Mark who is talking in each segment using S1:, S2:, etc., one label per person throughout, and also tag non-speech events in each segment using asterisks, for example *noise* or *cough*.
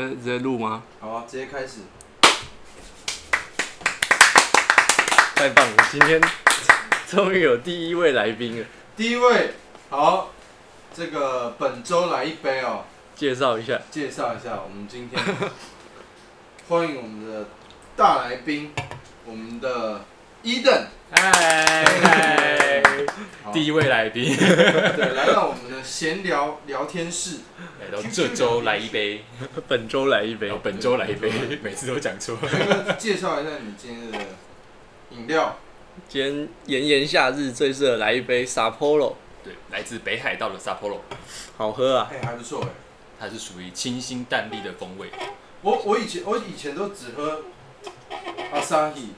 S1: 呃，直接录吗？
S2: 好啊，直接开始。
S3: 太棒了！今天 *laughs* 终于有第一位来宾了，
S2: 第一位，好，这个本周来一杯哦。
S3: 介绍一下。
S2: 介绍一下，我们今天 *laughs* 欢迎我们的大来宾，我们的伊登，
S3: 嗨，
S2: 好
S4: 第一位来宾，
S2: 对，来到我们的闲聊聊天室。
S4: 来到这周来一杯，
S3: *laughs* 本周来一杯
S4: 然后，哦本周来一杯，每次都讲错。
S2: 介绍一下你今天的饮料，
S3: 今天炎炎夏日最适合来一杯 Sapporo，
S4: 对，来自北海道的 Sapporo，
S3: 好喝啊！
S2: 哎、还不错哎。
S4: 它是属于清新淡丽的风味。
S2: 我我以前我以前都只喝阿萨希，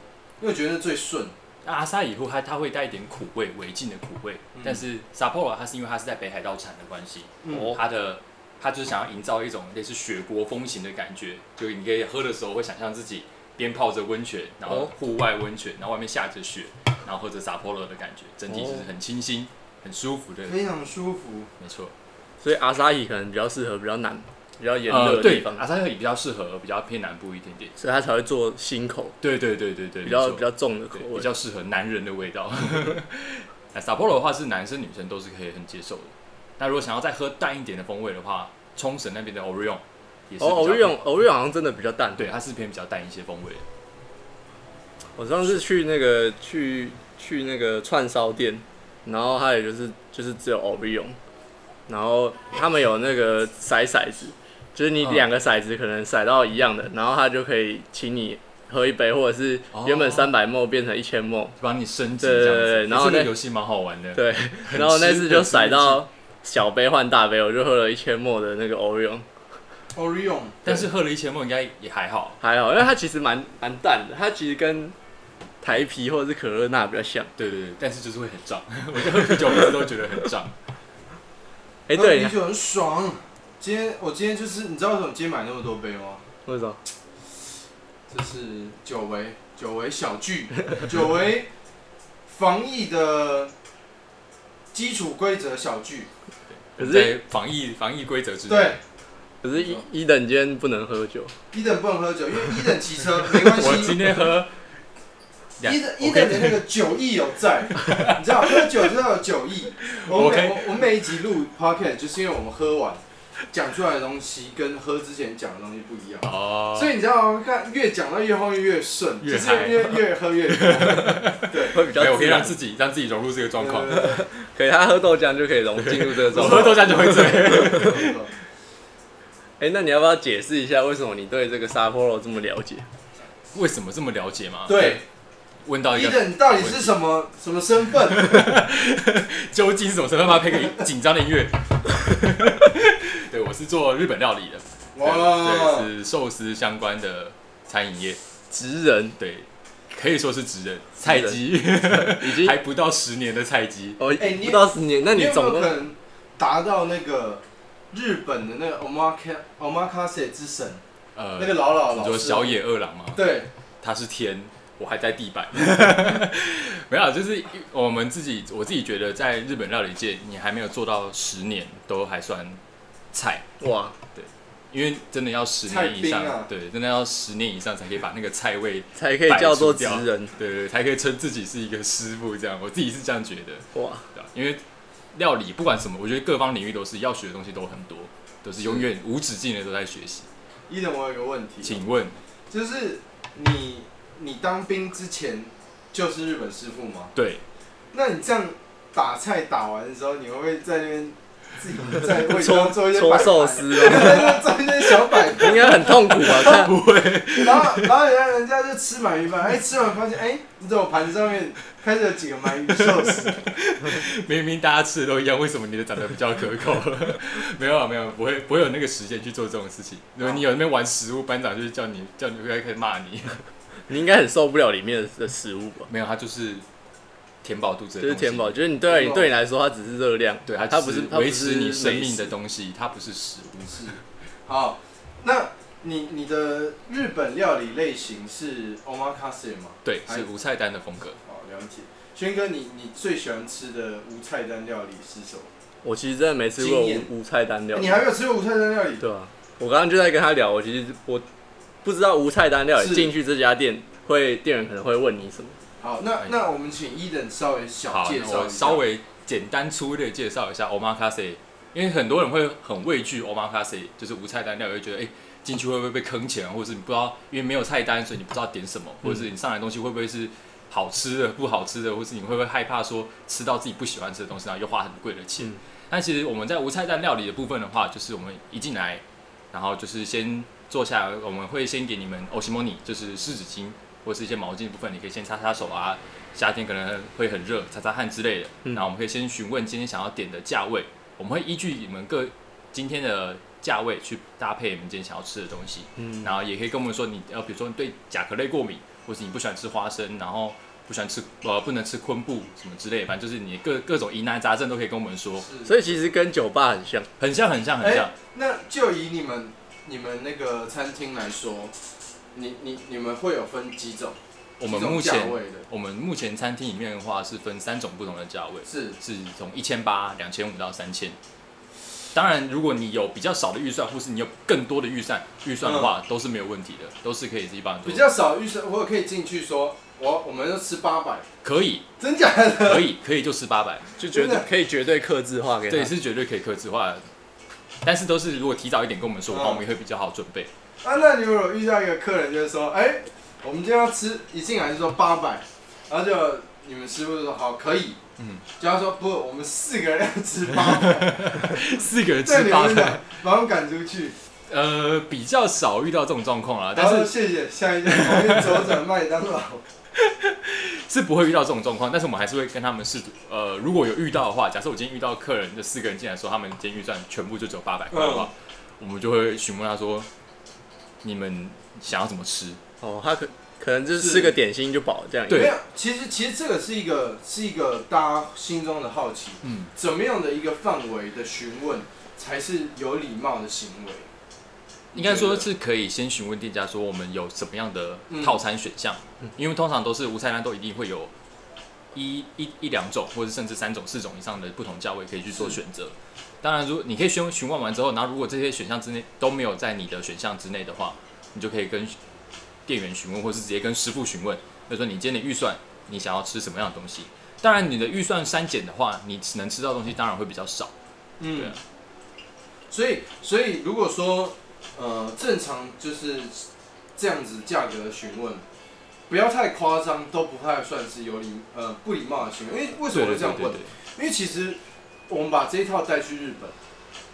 S2: 因为觉得最顺。
S4: 那阿萨以后它它会带一点苦味，微劲的苦味。
S2: 嗯
S4: 但是 Sapporo 它是因为它是在北海道产的关系，
S3: 哦
S4: 它的它就是想要营造一种类似雪国风情的感觉，就你可以喝的时候会想象自己边泡着温泉，然后
S3: 哦
S4: 户外温泉，然后外面下着雪，然后喝着 Sapporo 的感觉，整体就是很清新、很舒服的。
S2: 非常舒服。
S4: 没错。
S3: 所以阿萨伊可能比较适合比较南、比较炎
S4: 呃，
S3: 热的地
S4: 对，
S3: 方，
S4: 阿萨克也比较适合，比较偏南部一点点。
S3: 所以他才会做新口，
S4: 对对对对对，
S3: 比较
S4: 没错
S3: 比较重的口
S4: 对
S3: 味
S4: 比。较适合男人的
S3: *laughs*
S4: 味道。 *laughs* 那 Sapporo 的话是男生女生都是可以很接受的。那如果想要再喝淡一点的风味的话，冲绳那边的 Orion 也是
S3: 哦，
S4: 比
S3: 偶
S4: 较
S3: 遇勇，偶遇勇好像真的比较淡。
S4: 对，它是偏比较淡一些风味的。
S3: 我上次去那个去去那个串烧店，然后它也就是就是只有 Oreo，然后他们有那个骰骰子，就是你
S4: 嗯
S3: 两个骰子可能骰到一样的，然后他就可以请你喝一杯，或者是原本
S4: 哦
S3: 三百梦变成一千梦，
S4: 帮你升级
S3: 对
S4: 这样
S3: 对对
S4: 子，
S3: 然后
S4: 这个
S3: 那
S4: 游戏蛮好玩的。
S3: 对， *laughs* 然后那次就
S4: 吃
S3: 骰到小杯换大杯，我就喝了一千梦的那个 Oreo，
S2: Orion，
S4: 但是喝了一千梦应该也还好。
S3: 还好，因为它其实蛮蛮淡的，它其实跟台啤或者是可乐那比较像。
S4: 对对对，但是就是会很胀，我就喝啤酒每次都觉得很胀。
S3: 哎、
S2: 喝
S3: 对，
S4: 嗯
S2: 啤酒很爽。今天我今天就是，你知道为什么今天买那么多杯吗？
S3: 为什么？
S2: 这是久违久违小聚，久违防疫的基础规则小聚。
S3: 可是
S4: 在防疫防疫规则之内，
S2: 对，
S3: 可是一一等今天不能喝酒。
S2: 一等不能喝酒，因为一等骑车没关
S4: 我今
S2: 系。
S4: 天喝
S2: 一等一
S4: 我可以
S2: 等的那个酒意有在，你知道喝酒就要有酒意。我
S4: 我可
S2: 每
S4: 以
S2: 我我每一集录 podcast 就是因为我们喝完讲出来的东西跟喝之前讲的东西不一样。
S4: 哦，
S2: 所以你知道，看越讲到越后面越顺，
S4: 越
S2: 就是
S4: 嗨
S2: 越越喝越
S4: *laughs*
S2: 多。
S3: 会比较
S4: 没有哎我可
S3: 自
S4: 以
S3: 然
S4: 让。自己让自己融入这个状况。
S2: 对对对
S3: 可以，他喝豆浆就可以融进入这个状
S4: 我喝
S3: 况。
S4: 豆浆就会醉。 *laughs*
S2: 对对
S3: 哎、那你要不要解释一下为什么你对这个沙坡罗这么了解？
S4: 为什么这么了解吗？
S2: 对，
S4: 问到一
S2: 伊
S4: 个
S2: 登，你到底是什么什么身
S4: *laughs*
S2: 份？
S4: 究竟是什么身份，帮他配个紧张的音乐。 *laughs* 对，我是做日本料理的，对，
S2: 哇，
S4: 对是寿司相关的餐饮业，
S3: 职人
S4: 对，可以说是职人菜鸡，
S3: 已经
S4: *laughs* 还不到十年的菜鸡。
S3: 哦、
S2: 哎你
S3: 不到十年，那
S2: 你有没
S3: 总
S2: 有可
S3: 共
S2: 能达到那个日本的那个 omaka omakase 之神？
S4: 呃
S2: 那，个老老
S4: 你
S2: 老
S4: 说
S2: 师，
S4: 小野二郎吗？
S2: 对，
S4: 他是天，我还在地板。 *laughs* 没有啊，就是我们自己，我自己觉得在日本料理界，你还没有做到十年，都还算菜。
S3: 哇，
S4: 因为真的要十
S2: 菜
S4: 年以
S2: 兵
S4: 上，
S2: 啊
S4: 对，真的要十年以上才可以把那个菜味，
S3: 才可以叫做职人
S4: 对对，对才可以称自己是一个师傅这样。我自己是这样觉得，
S3: 哇？
S4: 对吧？因为料理不管什么，我觉得各方领域都是要学的东西都很多，都是永远无止境的都在学
S2: 啊
S4: 习。
S2: 伊登，我有一个问题，
S4: 请问，
S2: 就是你你当兵之前就是日本师傅吗？
S4: 对，
S2: 那你这样打菜打完的时候，你会不会在那边自己在位置
S3: 搓
S2: 上做一些摆
S3: 搓
S2: 盘
S3: 寿，
S2: *laughs*
S3: 司
S2: 在
S3: 哦，
S2: 那边做一些小摆盘？
S3: 应该很痛苦
S4: *laughs*
S3: 吧？看
S4: 不会，
S2: 然后，然后人家人家就吃鳗鱼饭，哎，吃完发现，哎，你怎么盘子上面开始有几个鳗鱼寿司？
S4: 明明大家吃的都一样，为什么你的长得比较可口？ *laughs* 没有啊，没有，不会，不会有那个时间去做这种事情。如果你有那边玩食物，班长就是叫你叫你回来开始骂你。
S3: 你应该很受不了里面的的食物吧？
S4: 没有，他就是填饱肚子的
S3: 就是
S4: 东西
S3: 填饱，就是你对
S2: 填饱
S3: 对你来说，它只是热量，
S4: 对，它
S3: 它
S4: 它
S3: 不
S4: 不
S3: 是
S4: 是
S3: 它不
S4: 维
S3: 是
S4: 持你生
S3: 美
S4: 命的
S3: 食
S4: 东西，它不是食物。
S2: 是，好，那你你的日本料理类型是 omakase 吗？
S4: 对，
S2: 还
S4: 是无菜单的风格。
S2: 好，了解。轩哥，你你最喜欢吃的无菜单料理是什么？
S3: 我其实真的没吃过
S2: 经验
S3: 无无菜单料
S2: 哎
S3: 理
S2: 你，还没有吃过无菜单料理？
S3: 对啊，我刚刚就在跟他聊，我其实我不知道无菜单料理
S2: 是
S3: 进去这家店会店员可能会问你什么。
S2: 好，那那我们请伊人稍微小
S4: 好，
S2: 介
S4: 那
S2: 绍
S4: 我
S2: 一下，
S4: 稍微简单粗略介绍一下 omakase，因为很多人会很畏惧 omakase，就是无菜单料理，会觉得哎。进去会不会被坑钱，或者是你不知道，因为没有菜单，所以你不知道点什么，
S2: 嗯
S4: 或者是你上来的东西会不会是好吃的、不好吃的，或是你会不会害怕说吃到自己不喜欢吃的东西，然后又花很贵的钱？
S3: 嗯
S4: 但其实我们在无菜单料理的部分的话，就是我们一进来，然后就是先坐下来，我们会先给你们 o s m o n i 就是湿纸巾或是一些毛巾的部分，你可以先擦擦手啊，夏天可能会很热，擦擦汗之类的。
S3: 嗯
S4: 然后我们可以先询问今天想要点的价位，我们会依据你们各今天的价位去搭配你们今天想要吃的东西。
S3: 嗯，
S4: 然后也可以跟我们说你呃，比如说你对甲壳类过敏，或是你不喜欢吃花生，然后不喜欢吃呃不能吃昆布什么之类的，反正就是你各各种疑难杂症都可以跟我们说，
S2: 是
S3: 所以其实跟酒吧很像，
S4: 很像很像很像。
S2: 哎那就以你们你们那个餐厅来说，你你你们会有分几种
S4: 我们
S2: 几种
S4: 目
S2: 价
S4: 前
S2: 位的？
S4: 我们目前餐厅里面的话是分三种不同的价位，
S2: 是
S4: 是从一千八、两千五到三千。当然，如果你有比较少的预算，或是你有更多的预算预算的话，都是没有问题的，都是可以自己帮你
S2: 比
S4: 做。
S2: 较少预算，我可以进去说，我我们就吃八百，
S4: 可以，
S2: 真假的？ *laughs*
S4: 可以，可以就吃八百，
S3: 就绝
S2: 真
S3: 对
S2: 的
S3: 可以绝对克制化给
S4: 对，
S3: 他。
S4: 是绝对可以克制化的。但是都是如果提早一点跟我们说的话，
S2: 嗯
S4: 我们也会比较好准备。
S2: 啊，那你如果遇到一个客人，就是说，哎、我们今天要吃，一进来就说八百，然后就你们师傅就说好可以，
S4: 嗯，
S2: 就他说不，我们四个人要吃八
S4: *laughs*
S2: 百，
S4: 四个人
S2: 这
S4: 吃
S2: 你
S4: 八
S2: 们
S4: 百
S2: 俩，把我们赶出去，
S4: 呃，比较少遇到这种状况啦，
S2: 然后说
S4: 但是
S2: 谢谢，下一家我们左转麦当劳，
S4: 是不会遇到这种状况。但是我们还是会跟他们试图，呃，如果有遇到的话，假设我今天遇到客人，这四个人进来说他们今天预算全部就只有八百块的话，我们就会询问他说，你们想要怎么吃？
S3: 哦，他可可能就是吃个点心就饱这样。
S4: 对
S2: 没有，其实其实这个是一个是一个大家心中的好奇，
S4: 嗯，
S2: 怎么样的一个范围的询问才是有礼貌的行为？
S4: 应该说
S2: 你觉得
S4: 是可以先询问店家说我们有什么样的
S2: 嗯
S4: 套餐选项，
S3: 嗯
S4: 因为通常都是无菜单都一定会有一一一两种，或者甚至三种、四种以上的不同价位可以去做
S2: 是
S4: 选择。当然，如果你可以询询问完之后，然后如果这些选项之内都没有在你的选项之内的话，你就可以跟店员询问，或是直接跟师傅询问，就说你今天的预算，你想要吃什么样的东西。当然，你的预算删减的话，你只能吃到的东西当然会比较少。对
S2: 嗯
S4: 啊，
S2: 所以所以如果说呃正常就是这样子价格的询问，不要太夸张，都不太算是有礼呃不礼貌的行为。因为为什么会
S4: 对对
S2: 这
S4: 对
S2: 样
S4: 对
S2: 问？因为其实我们把这一套带去日本，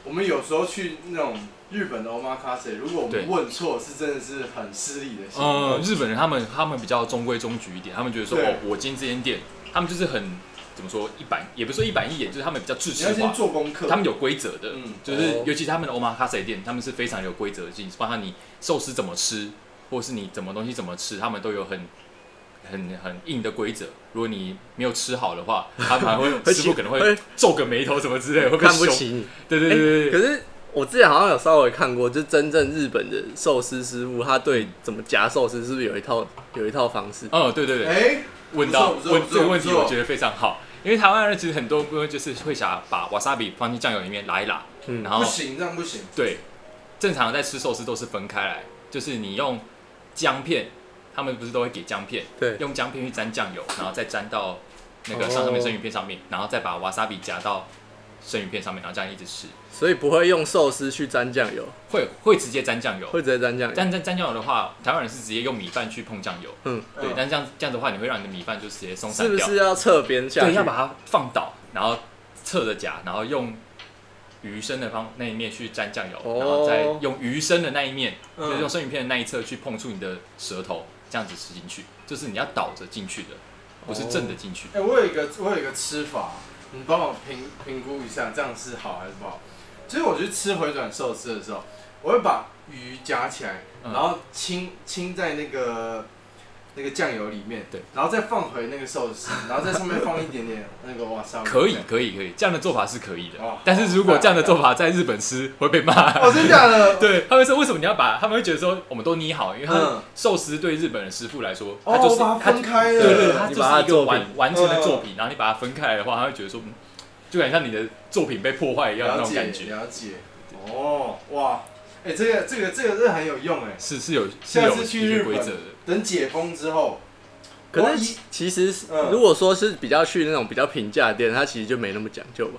S2: 我们有时候去那种日本的 omakase，如果我
S4: 对
S2: 们问错，是真的是很失礼的行为。
S4: 呃，日本人他们他们比较中规中矩一点，他们觉得说
S2: 对
S4: 哦，我今天这间店，他们就是很怎么说一板，也不是说一板一眼，就是他们比较制
S2: 你
S4: 式
S2: 要先
S4: 化，
S2: 做功课。
S4: 他们有规则的，
S2: 嗯
S4: 就是
S3: 哦
S4: 尤其他们的 omakase 店，他们是非常有规则的，包括你寿司怎么吃，或是你怎么东西怎么吃，他们都有很。很很硬的规则，如果你没有吃好的话，他们还会
S3: *laughs* 会
S4: 师傅可能会
S3: 会
S4: 皱个眉头什么之类的，会被
S3: 看不
S4: 凶。
S3: 起你。
S4: 对对对对对
S3: 可是我之前好像有稍微看过，就真正日本的寿司师傅，他对怎么夹寿司是不是有一套有一套方式？
S4: 嗯，对对对。
S2: 哎、
S4: 问到
S2: 不错不错不错
S4: 问这个问题，
S2: 不错
S4: 我觉得非常好，因为台湾人其实很多部分就是会想把 wasabi 放进酱油里面拉一拉，
S3: 嗯
S4: 然
S2: 不
S4: 后
S2: 行，这样不行。
S4: 对，正常在吃寿司都是分开来，就是你用姜片，他们不是都会给姜片，
S3: 对，
S4: 用姜片去沾酱油，然后再沾到那个上上面
S3: 哦
S4: 生鱼片上面，然后再把 wasabi 夹到生鱼片上面，然后这样一直吃，
S3: 所以不会用寿司去沾酱油，
S4: 会会直接沾酱油，
S3: 会直接沾酱油。
S4: 但沾沾酱油的话，台湾人是直接用米饭去碰酱油，
S3: 嗯，
S4: 对，
S2: 嗯
S4: 但这样这样的话，你会让你的米饭就直接松散
S3: 是
S4: 掉
S3: 不。是要侧边下
S4: 对，
S3: 去
S4: 要？把它放倒，然后侧着夹，然后用鱼身的方那一面去沾酱油，
S3: 哦
S4: 然后再用鱼身的那一面，
S2: 嗯
S4: 就是用生鱼片的那一侧去碰触你的舌头，这样子吃进去，就是你要倒着进去的，不是正着进去。
S2: 哎、我有一个我有一个吃法，你帮我评评估一下，这样是好还是不好？其实我去吃回转寿司的时候，我会把鱼夹起来，
S4: 嗯
S2: 然后清清在那个那个酱油里面，
S4: 对，
S2: 然后再放回那个寿司，然后在上面放一点点那个哇沙米，
S4: 可以，可以，可以，这样的做法是可以的
S2: 哦。
S4: 但是如果这样的做法在日本吃会被骂。
S2: 哦，真假的？
S4: *laughs* 对，他们说为什么你要把？他们会觉得说我们都捏好，因为他们
S2: 嗯
S4: 寿司对日本的师傅来说，
S2: 哦
S4: 他就
S2: 我
S4: 是
S2: 把它
S4: 他
S2: 分开了
S4: 对对，对它
S3: 你
S4: 就
S3: 把它
S4: 是一个
S3: 作品
S4: 完完成
S2: 嗯
S4: 的作品，然后你把它分开来的话，他会觉得说，嗯就感觉像你的作品被破坏一样那
S2: 了
S4: 种
S2: 解
S4: 感觉。
S2: 了解，哦，哇，哎、这个这个这个真的很有用哎、
S4: 是是有是
S2: 下
S4: 有
S2: 次去
S4: 一
S2: 日
S4: 些
S2: 本
S4: 规则的，
S2: 等解封之后，
S3: 可
S2: 我
S3: 是
S2: 以
S3: 其实是
S2: 嗯
S3: 如果说是比较去那种比较平价的店，它其实就没那么讲究吧。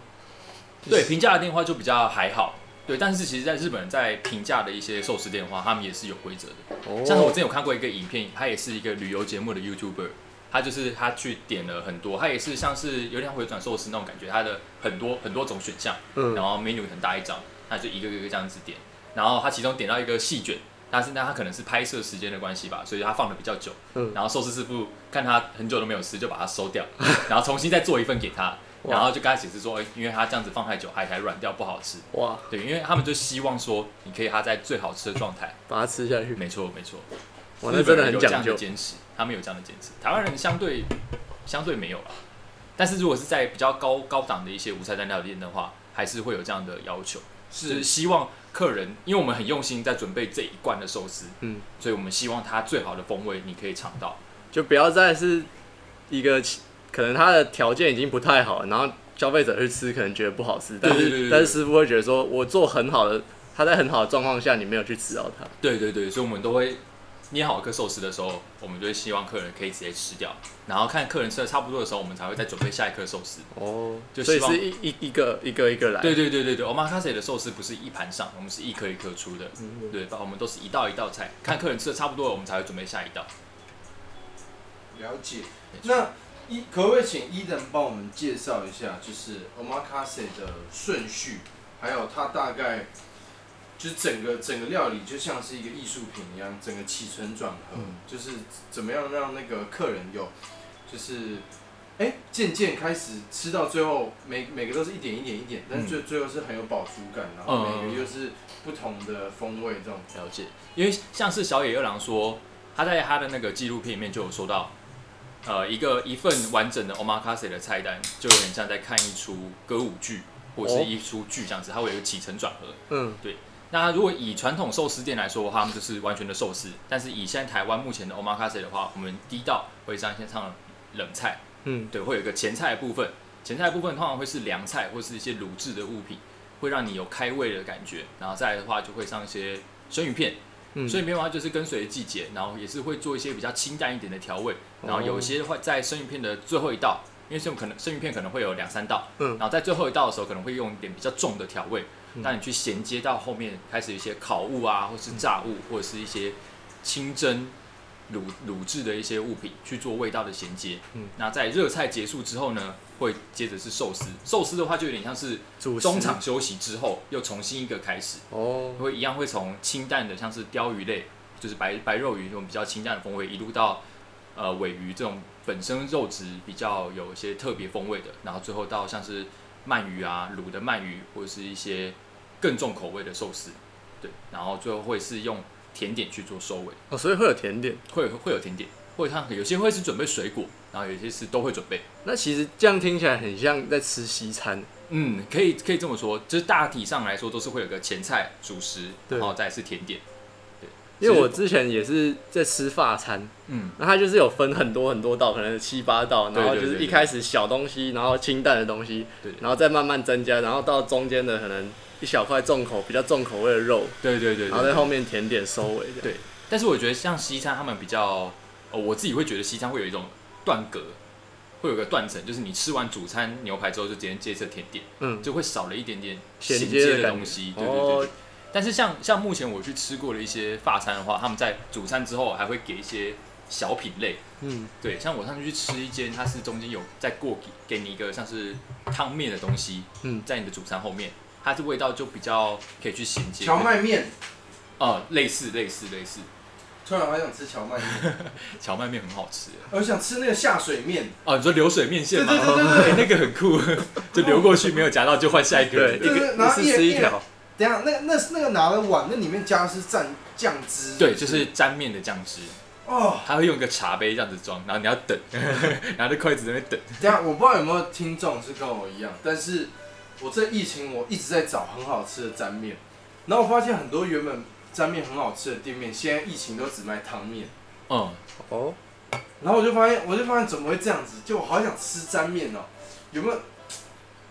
S4: 对平价的电话就比较还好。对，但是其实，在日本在平价的一些寿司店的话，他们也是有规则的。
S3: 哦
S4: 像是我之前有看过一个影片，他也是一个旅游节目的 YouTuber，他就是他去点了很多，他也是像是有点像回转寿司那种感觉，他的很多很多种选项，然
S3: 嗯，
S4: 后 menu 很大一张，他就一个一个这样子点，然后他其中点到一个细卷，但是那他可能是拍摄时间的关系吧，所以他放的比较久，
S3: 嗯
S4: 然后寿司师傅看他很久都没有吃，就把它收
S3: *laughs*
S4: 掉，然后重新再做一份给他，
S3: 哇
S4: 然后就跟他解释说，哎因为他这样子放太久，海苔软掉不好吃，
S3: 哇，
S4: 对，因为他们就希望说你可以它在最好吃的状态，
S3: 把它吃下去，
S4: 没错没错。
S3: 哇，那
S4: 日
S3: 真
S4: 本
S3: 的
S4: 人
S3: 很
S4: 有这
S3: 讲
S4: 样的
S3: 究。
S4: 坚持，他们有这样的坚持。台湾人相对相对没有了，但是如果是在比较高高档的一些无菜单料理店的话，还是会有这样的要求，就是希望客人，因为我们很用心在准备这一罐的寿司，
S3: 嗯，
S4: 所以我们希望它最好的风味你可以尝到。
S3: 就不要再是一个可能他的条件已经不太好，然后消费者去吃可能觉得不好吃，但是
S4: 对对对对
S3: 但是师傅会觉得说我做很好的，他在很好的状况下你没有去吃到它，
S4: 对对对，所以我们都会捏好一颗寿司的时候，我们就会希望客人可以直接吃掉，然后看客人吃的差不多的时候，我们才会再准备下一颗寿司。
S3: 哦，
S4: 就
S3: 所以
S4: 希望
S3: 是一一一个一个一个来，
S4: 对对对对对，omakase 的寿司不是一盘上，我们是一颗一颗出的，对，把我们都是一道一道菜，看客人吃的差不多了，我们才会准备下一道。
S2: 了解。
S4: 没错
S2: 那一可不可以请伊登帮我们介绍一下，就是 omakase 的顺序，还有它大概就是整个整个料理就像是一个艺术品一样，整个起承转合，
S4: 嗯
S2: 就是怎么样让那个客人有就是。哎，渐渐开始吃到最后，每每个都是一点一点一点，但
S4: 嗯
S2: 最最后是很有饱足感，然后每个又是不同的风味，这种
S4: 了解，因为像是小野二郎说，他在他的那个纪录片里面就有说到，呃，一个一份完整的 omakase 的菜单，就有点像在看一出歌舞剧或者
S3: 哦
S4: 是一出剧这样子，它会有一个起承转合。
S3: 嗯，
S4: 那如果以传统寿司店来说的话，他们就是完全的寿司。但是以现在台湾目前的 omakase 的话，我们第一道会上先上冷菜，
S3: 嗯，
S4: 对，会有一个前菜的部分。前菜的部分通常会是凉菜或是一些卤制的物品，会让你有开胃的感觉。然后再来的话，就会上一些生鱼片，
S3: 嗯
S4: 生鱼片的话就是跟随季节，然后也是会做一些比较清淡一点的调味。然后有一些的话，在生鱼片的最后一道，因为生可能生鱼片可能会有两三道，
S3: 嗯
S4: 然后在最后一道的时候可能会用一点比较重的调味，
S3: 嗯
S4: 让你去衔接到后面开始一些烤物啊，或是炸物，或者是一些清蒸。卤卤制的一些物品去做味道的衔接，
S3: 嗯
S4: 那在热菜结束之后呢，会接着是寿司。寿司的话就有点像是
S3: 主食
S4: 中场休息之后又重新一个开始，
S3: 哦，
S4: 会一样会从清淡的像是鲷鱼类，就是白白肉鱼这种比较清淡的风味，一路到呃尾鱼这种本身肉质比较有一些特别风味的，然后最后到像是鳗鱼啊、卤的鳗鱼或者是一些更重口味的寿司，对，然后最后会是用甜点去做收尾。
S3: 哦，所以会有甜点。
S4: 会有会有甜点，会有像有些会是准备水果，然后有些是都会准备。
S3: 那其实这样听起来很像在吃西餐，
S4: 嗯，可以可以这么说，就是大体上来说都是会有个前菜、主食，
S3: 对
S4: 然后再是甜点。
S3: 因为
S4: 是
S3: 我之前也是在吃法餐，
S4: 嗯，
S3: 那它就是有分很多很多道，可能七八道，
S4: 对
S3: 然后就
S4: 对
S3: 是
S4: 对
S3: 一开始小东西，然后清淡的东西，
S4: 对
S3: 然后再慢慢增加，然后到中间的可能一小块重口比较重口味的肉，
S4: 对对对
S3: 然后在
S4: 对。
S3: 后面甜点收尾这样。
S4: 对但是我觉得像西餐，他们比较，呃，我自己会觉得西餐会有一种断隔，会有个断层，就是你吃完主餐牛排之后，就直接接着甜点，
S3: 嗯，
S4: 就会少了一点点
S3: 衔
S4: 衔
S3: 接的
S4: 接
S3: 感觉
S4: 东西。对对对
S3: 哦
S4: 对。但是像像目前我去吃过的一些法餐的话，他们在主餐之后还会给一些小品类，
S3: 嗯，
S4: 对，像我上次去吃一间，它是中间有再过给给你一个像是汤面的东西，
S3: 嗯
S4: 在你的主餐后面，它的味道就比较可以去衔接。
S2: 荞麦面。
S4: 哦，类似类似类似，
S2: 突然好想吃荞麦面，
S4: 荞麦面很好吃。
S2: 我想吃那个下水面。
S4: 哦，你说流水面线吗？
S2: 对对对对对
S4: 哎那个很酷， *laughs* 就流过去没有夹到就换下一个
S3: 对，
S4: 人。
S3: 一个
S2: 对然后
S3: 是
S2: 一人
S3: 吃一
S2: 一人
S3: 条，
S2: 等一下，那那那个拿了碗，那里面加的是蘸酱汁。
S4: 对，就是沾面的酱汁，
S2: 哦。
S4: 它会用一个茶杯这样子装，然后你要等， *laughs* 拿着筷子在那边
S2: 等
S4: 等。
S2: 一下我不知道有没有听众是跟我一样，但是我这疫情我一直在找很好吃的沾面，然后我发现很多原本沾面很好吃的店面，现在疫情都只卖汤面。
S4: 嗯，
S3: 哦，
S2: 然后我就发现，我就发现怎么会这样子？就我好想吃沾面哦，有没有？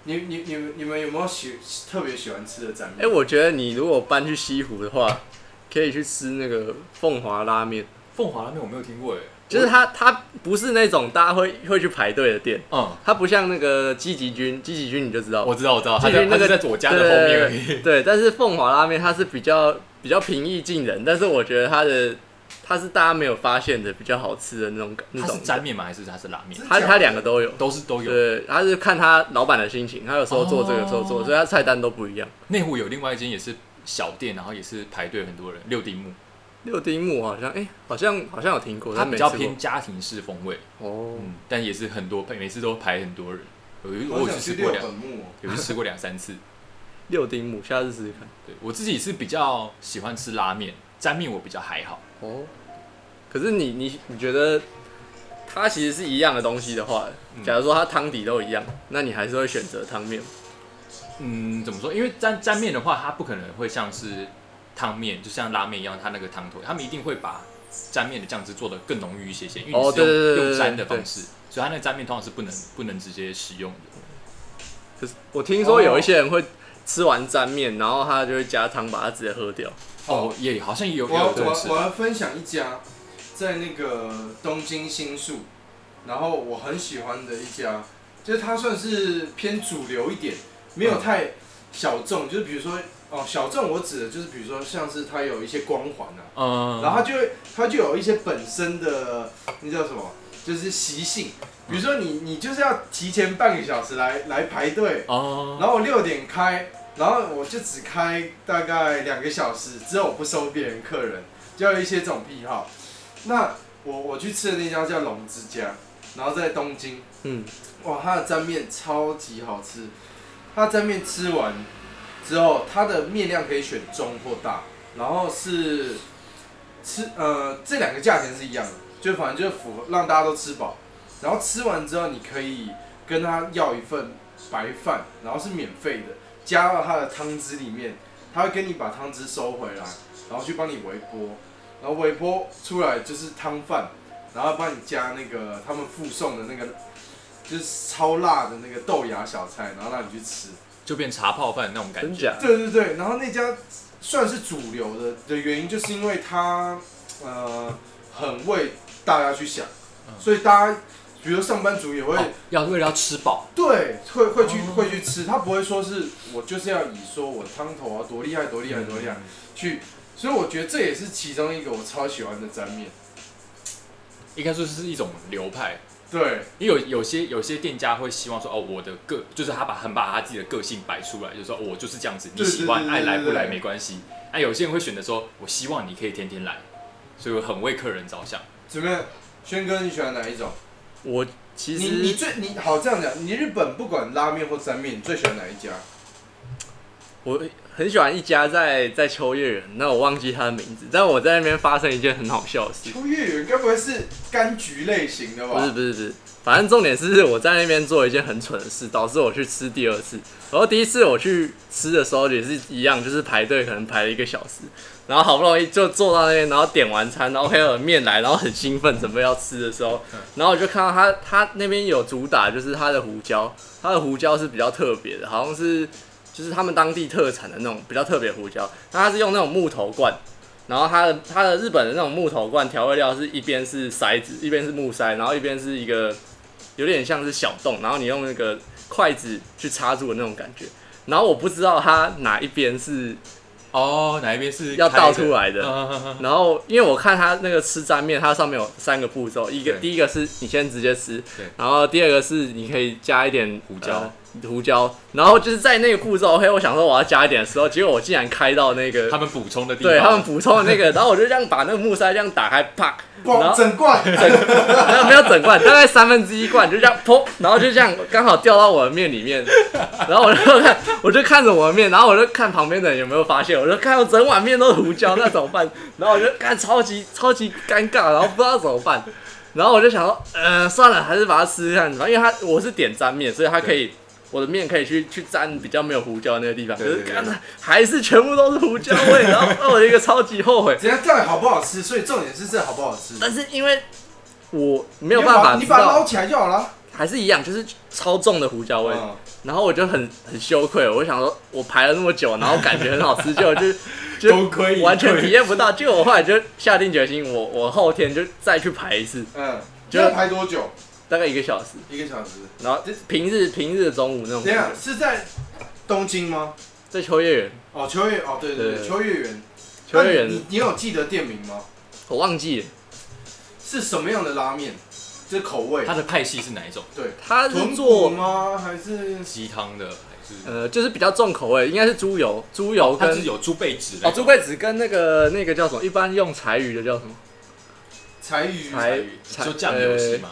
S2: 你你你们你们有没有喜特别喜欢吃的沾
S3: 哎、
S2: 面？
S3: 我觉得你如果搬去西湖的话，可以去吃那个凤华拉面，
S4: 凤华那边我没有听过哎，
S3: 就是它它不是那种大家会会去排队的店，
S4: 嗯，
S3: 它不像那个积极军，积极军你就知道，
S4: 我知道我知道，哦他
S3: 基
S4: 在
S3: 于
S4: 他
S3: 那
S4: 是
S3: 个
S4: 在我家的后面而
S3: 对
S4: 已。
S3: 对，但是凤华拉面它是比较比较平易近人，但是我觉得它的它是大家没有发现的比较好吃的那种感那
S4: 它
S3: 种
S4: 是。沾面吗？还是它是拉面？
S3: 它它两个都有，
S4: 都是都有。
S3: 对，它是看他老板的心情，他有时候做这个，
S4: 哦
S3: 有时候做，所以他菜单都不一样。
S4: 内湖有另外一间也是小店，然后也是排队很多人，六丁目，
S3: 六丁目好像，哎、好像好像有听过，
S4: 它
S3: 但
S4: 比
S3: 没
S4: 较
S3: 吃过
S4: 偏家庭式风味，
S3: 哦。
S4: 嗯，但也是很多，每次都排很多人。我有
S2: 我
S4: 我有
S2: 想
S4: 去
S2: 去
S4: 吃
S2: 六
S4: 过两
S2: 本，木、哦。
S4: 有去吃过两三次。
S3: 六丁目，下次试试看。
S4: 对我自己是比较喜欢吃拉面，沾面我比较还好。
S3: 哦，可是你你你觉得它其实是一样的东西的话，
S4: 嗯
S3: 假如说它汤底都一样，那你还是会选择汤面吗。
S4: 嗯，怎么说？因为沾沾面的话，它不可能会像是汤面，就像拉面一样，它那个汤头，他们一定会把沾面的酱汁做的更浓郁一些些，因为你
S3: 哦
S4: 是用、
S3: 对对对对
S4: 用沾的
S3: 对
S4: 方式，所以它那个沾面通常是不能不能直接使用的。
S3: 可是我听说有一些人会吃完沾面，然后他就会加汤把它直接喝掉。
S4: 哦，也好像也有
S2: 我
S4: 也
S2: 要
S4: 有
S2: 我
S4: 这种吃
S2: 要我
S4: 法，
S2: 要分享一家在那个东京新宿，然后我很喜欢的一家，就是它算是偏主流一点，没有
S4: 嗯
S2: 太小众。就是比如说哦，小众我指的就是比如说像是它有一些光环啊，
S4: 嗯，
S2: 然后它就会它就有一些本身的那叫什么，就是习性。比如说你你就是要提前半个小时来来排队，
S4: 哦，
S2: 然后我六点开，然后我就只开大概两个小时，之后我不收别人客人，就有一些这种癖好。那我我去吃的那家叫龙之家，然后在东京，
S3: 嗯，
S2: 哇，它的沾面超级好吃。它的沾面吃完之后，它的面量可以选中或大，然后是吃呃这两个价钱是一样的，就反正就是符合让大家都吃饱。然后吃完之后，你可以跟他要一份白饭，然后是免费的，加到他的汤汁里面，他会跟你把汤汁收回来，然后去帮你微波，然后微波出来就是汤饭，然后帮你加那个他们附送的那个就是超辣的那个豆芽小菜，然后让你去吃。
S4: 就变茶泡饭那种感
S3: 真
S4: 觉。
S3: 假？
S2: 对对对，然后那家算是主流的的原因，就是因为它呃很为大家去想，所以大家比如上班族也会、
S4: 哦要为了要吃饱，
S2: 对会会去、会去吃，他不会说是我就是要以说我汤头啊多厉害多厉害多厉害、去，所以我觉得这也是其中一个我超喜欢的沾面。
S4: 应该说是一种流派。
S2: 对，
S4: 因为有有些有些店家会希望说，哦，我的个就是他把很把他自己的个性摆出来，就是说、哦我就是这样子，你
S2: 对
S4: 喜欢
S2: 对对
S4: 爱来
S2: 对
S4: 不
S2: 对
S4: 来
S2: 对
S4: 没关系。那、有些人会选择说，我希望你可以天天来，所以我很为客人着想。
S2: 怎么样？轩哥，你喜欢哪一种？
S3: 我其
S2: 你你
S3: 实
S2: 最你好这样讲，你日本不管拉面或沾面，你最喜欢哪一家？
S3: 我很喜欢一家在在秋叶原，那我忘记他的名字，但我在那边发生一件很好笑的事。
S2: 秋叶原该不会是柑橘类型的吧？
S3: 不是不是不是，反正重点是我在那边做一件很蠢的事，导致我去吃第二次。然后第一次我去吃的时候也是一样，就是排队可能排了一个小时，然后好不容易就坐到那边，然后点完餐，然后还有面来，然后很兴奋准备要吃的时候，然后我就看到他他那边有主打就是他的胡椒，他的胡椒是比较特别的，好像是就是他们当地特产的那种比较特别的胡椒，那它是用那种木头罐。然后它的它的日本的那种木头罐调味料是一边是筛子，一边是木塞，然后一边是一个有点像是小洞，然后你用那个筷子去插住的那种感觉。然后我不知道它哪一边是
S4: 哦，哪一边是
S3: 要
S4: 开的
S3: 倒出来的，
S4: *laughs* 嗯
S3: 然后因为我看它那个吃沾面，它上面有三个步骤，一个
S4: 对
S3: 第一个是你先直接吃
S4: 对，
S3: 然后第二个是你可以加一点
S4: 胡椒
S3: 呃胡椒，然后就是在那个步骤，嘿，我想说我要加一点的时候，结果我竟然开到那个
S4: 他们补充的地方，
S3: 对他们补充的那个，然后我就这样把那个木塞这样打开，啪，然
S2: 哇，
S3: 后
S2: *laughs* 整罐
S3: 没有没有整罐，大概三分之一罐就这样砰，然后就这样刚好掉到我的面里面，然后我就看我就看着我的面，然后我就看旁边的人有没有发现，我就看到整碗面都是胡椒，那怎么办？然后我就看超级超级尴尬，然后不知道怎么办，然后我就想说，呃，算了，还是把它吃看，反正因为它我是点沾面，所以它可以。我的面可以去去沾比较没有胡椒的那个地方，可
S4: 对
S3: 是
S4: 对对
S3: 干还是全部都是胡椒味，然后让我一个超级后悔。
S2: 人家到底好不好吃，所以重点是这好不好吃。
S3: 但是因为我没有办法
S2: 你
S3: 知
S2: 把它
S3: 道
S2: 捞，起来就好了。
S3: 还是一样，就是超重的胡椒味。
S2: 嗯
S3: 然后我就很很羞愧，我想说，我排了那么久，然后感觉很好吃，就就就
S2: 功亏一篑
S3: 完全体验不到。结果我后来就下定决心，我我后天就再去排一次，
S2: 嗯，
S3: 就
S2: 要排多久？
S3: 大概一个小时。
S2: 一个小时。
S3: 然后平日平日的中午那种
S2: 等一，下是在东京吗？
S3: 在秋叶原，
S2: 哦，秋叶哦，对对对，
S3: 对
S2: 秋叶原。
S3: 秋叶
S2: 那你
S3: 原
S2: 你你有记得店名吗？
S3: 我忘记了，
S2: 是什么样的拉面？这口味
S4: 它？的派系是哪一种？
S2: 对，
S3: 他
S2: 豚
S3: 是
S2: 骨
S3: 做
S2: 吗？还是
S4: 鸡汤的还是？
S3: 呃就是比较重口味，应该是猪油猪油
S4: 哦它
S3: 跟
S4: 是有猪背脂的
S3: 哦猪桂子跟那个那个叫什么，一般用柴鱼的叫什么？
S2: 柴鱼？
S3: 柴呃
S4: 鱼，就酱油是吗？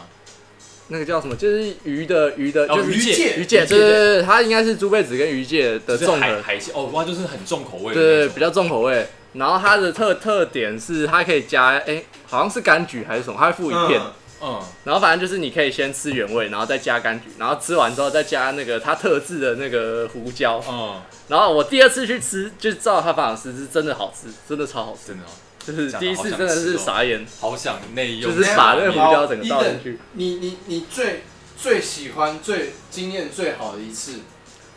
S3: 那个叫什么？就是鱼的鱼的，
S4: 哦
S3: 呃就是
S2: 鱼介
S3: 鱼介，对对对，对它应该是猪背子跟鱼介的
S4: 就是
S3: 综
S4: 海
S3: 合，
S4: 海鲜哦，哇，就是很重口味的那
S3: 对，
S4: 种，
S3: 比较重口味。然后它的特特点是它可以加，哎、好像是柑橘还是什么，它会附一片。
S2: 嗯
S4: 嗯，
S3: 然后反正就是你可以先吃原味，然后再加柑橘，然后吃完之后再加那个它特制的那个胡椒。
S4: 嗯，
S3: 然后我第二次去吃，就是照它方法吃，是真的好吃，真的超好吃。
S4: 真的哦
S3: 就是第一次真的是傻眼，
S4: 好想内用，
S3: 就是把那个胡椒整个倒进去。
S2: 你你你最最喜欢、最经验最好的一次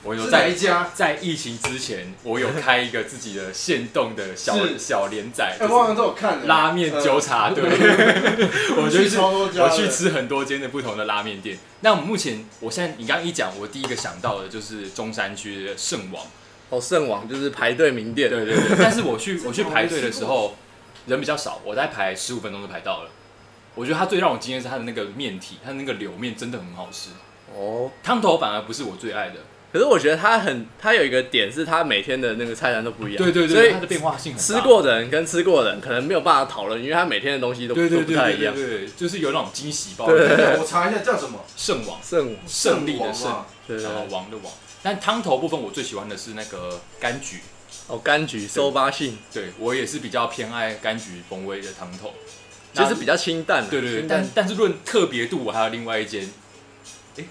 S4: 我有
S2: 是哪
S4: 在
S2: 一家？哎
S4: 在疫情之前，我有开一个自己的限动的小
S2: 是
S4: 小连载，
S2: 哎，
S4: 就
S2: 我好像
S4: 是
S2: 都有看欸
S4: 拉面纠察队。
S2: *laughs*
S4: 我就
S2: 去
S4: 是
S2: 超多家的
S4: 我去吃很多间的不同的拉面店。那我们目前，我现在你刚刚一讲，我第一个想到的就是中山区的圣王，
S3: 哦，圣王就是排队名店，
S4: 对对
S3: *laughs*
S4: 对。但是我去我去排队的时候，人比较少，我在排十五分钟就排到了。我觉得它最让我惊艳是它的那个面体，它那个柳面真的很好吃。
S3: 哦，
S4: 汤头反而不是我最爱的，
S3: 可是我觉得它很，它有一个点是它每天的那个菜单都不一样，
S4: 对对
S3: 所
S4: 对，它的
S3: 以
S4: 变化性很大。
S3: 吃过的人跟吃过的人可能没有办法讨论，因为它每天的东西都
S4: 对对
S3: 都不
S4: 对
S3: 太
S4: 对
S3: 一
S4: 对
S3: 样。
S4: 对，就是有那种惊喜包
S3: 对
S2: 我查一下叫什么？
S4: 圣王
S3: 圣
S4: 胜利
S2: 圣
S4: 的
S2: 王
S4: 胜
S2: 啊，，
S3: 对对
S4: 然后
S3: 对
S4: 王的王。但汤头部分我最喜欢的是那个柑橘，
S3: 哦，柑橘收八性
S4: 对我也是比较偏爱柑橘风味的汤头，
S3: 就
S4: 那
S3: 是比较清淡啊，
S4: 对对对，
S3: 清淡
S4: 但但是论特别度，我还有另外一间，诶，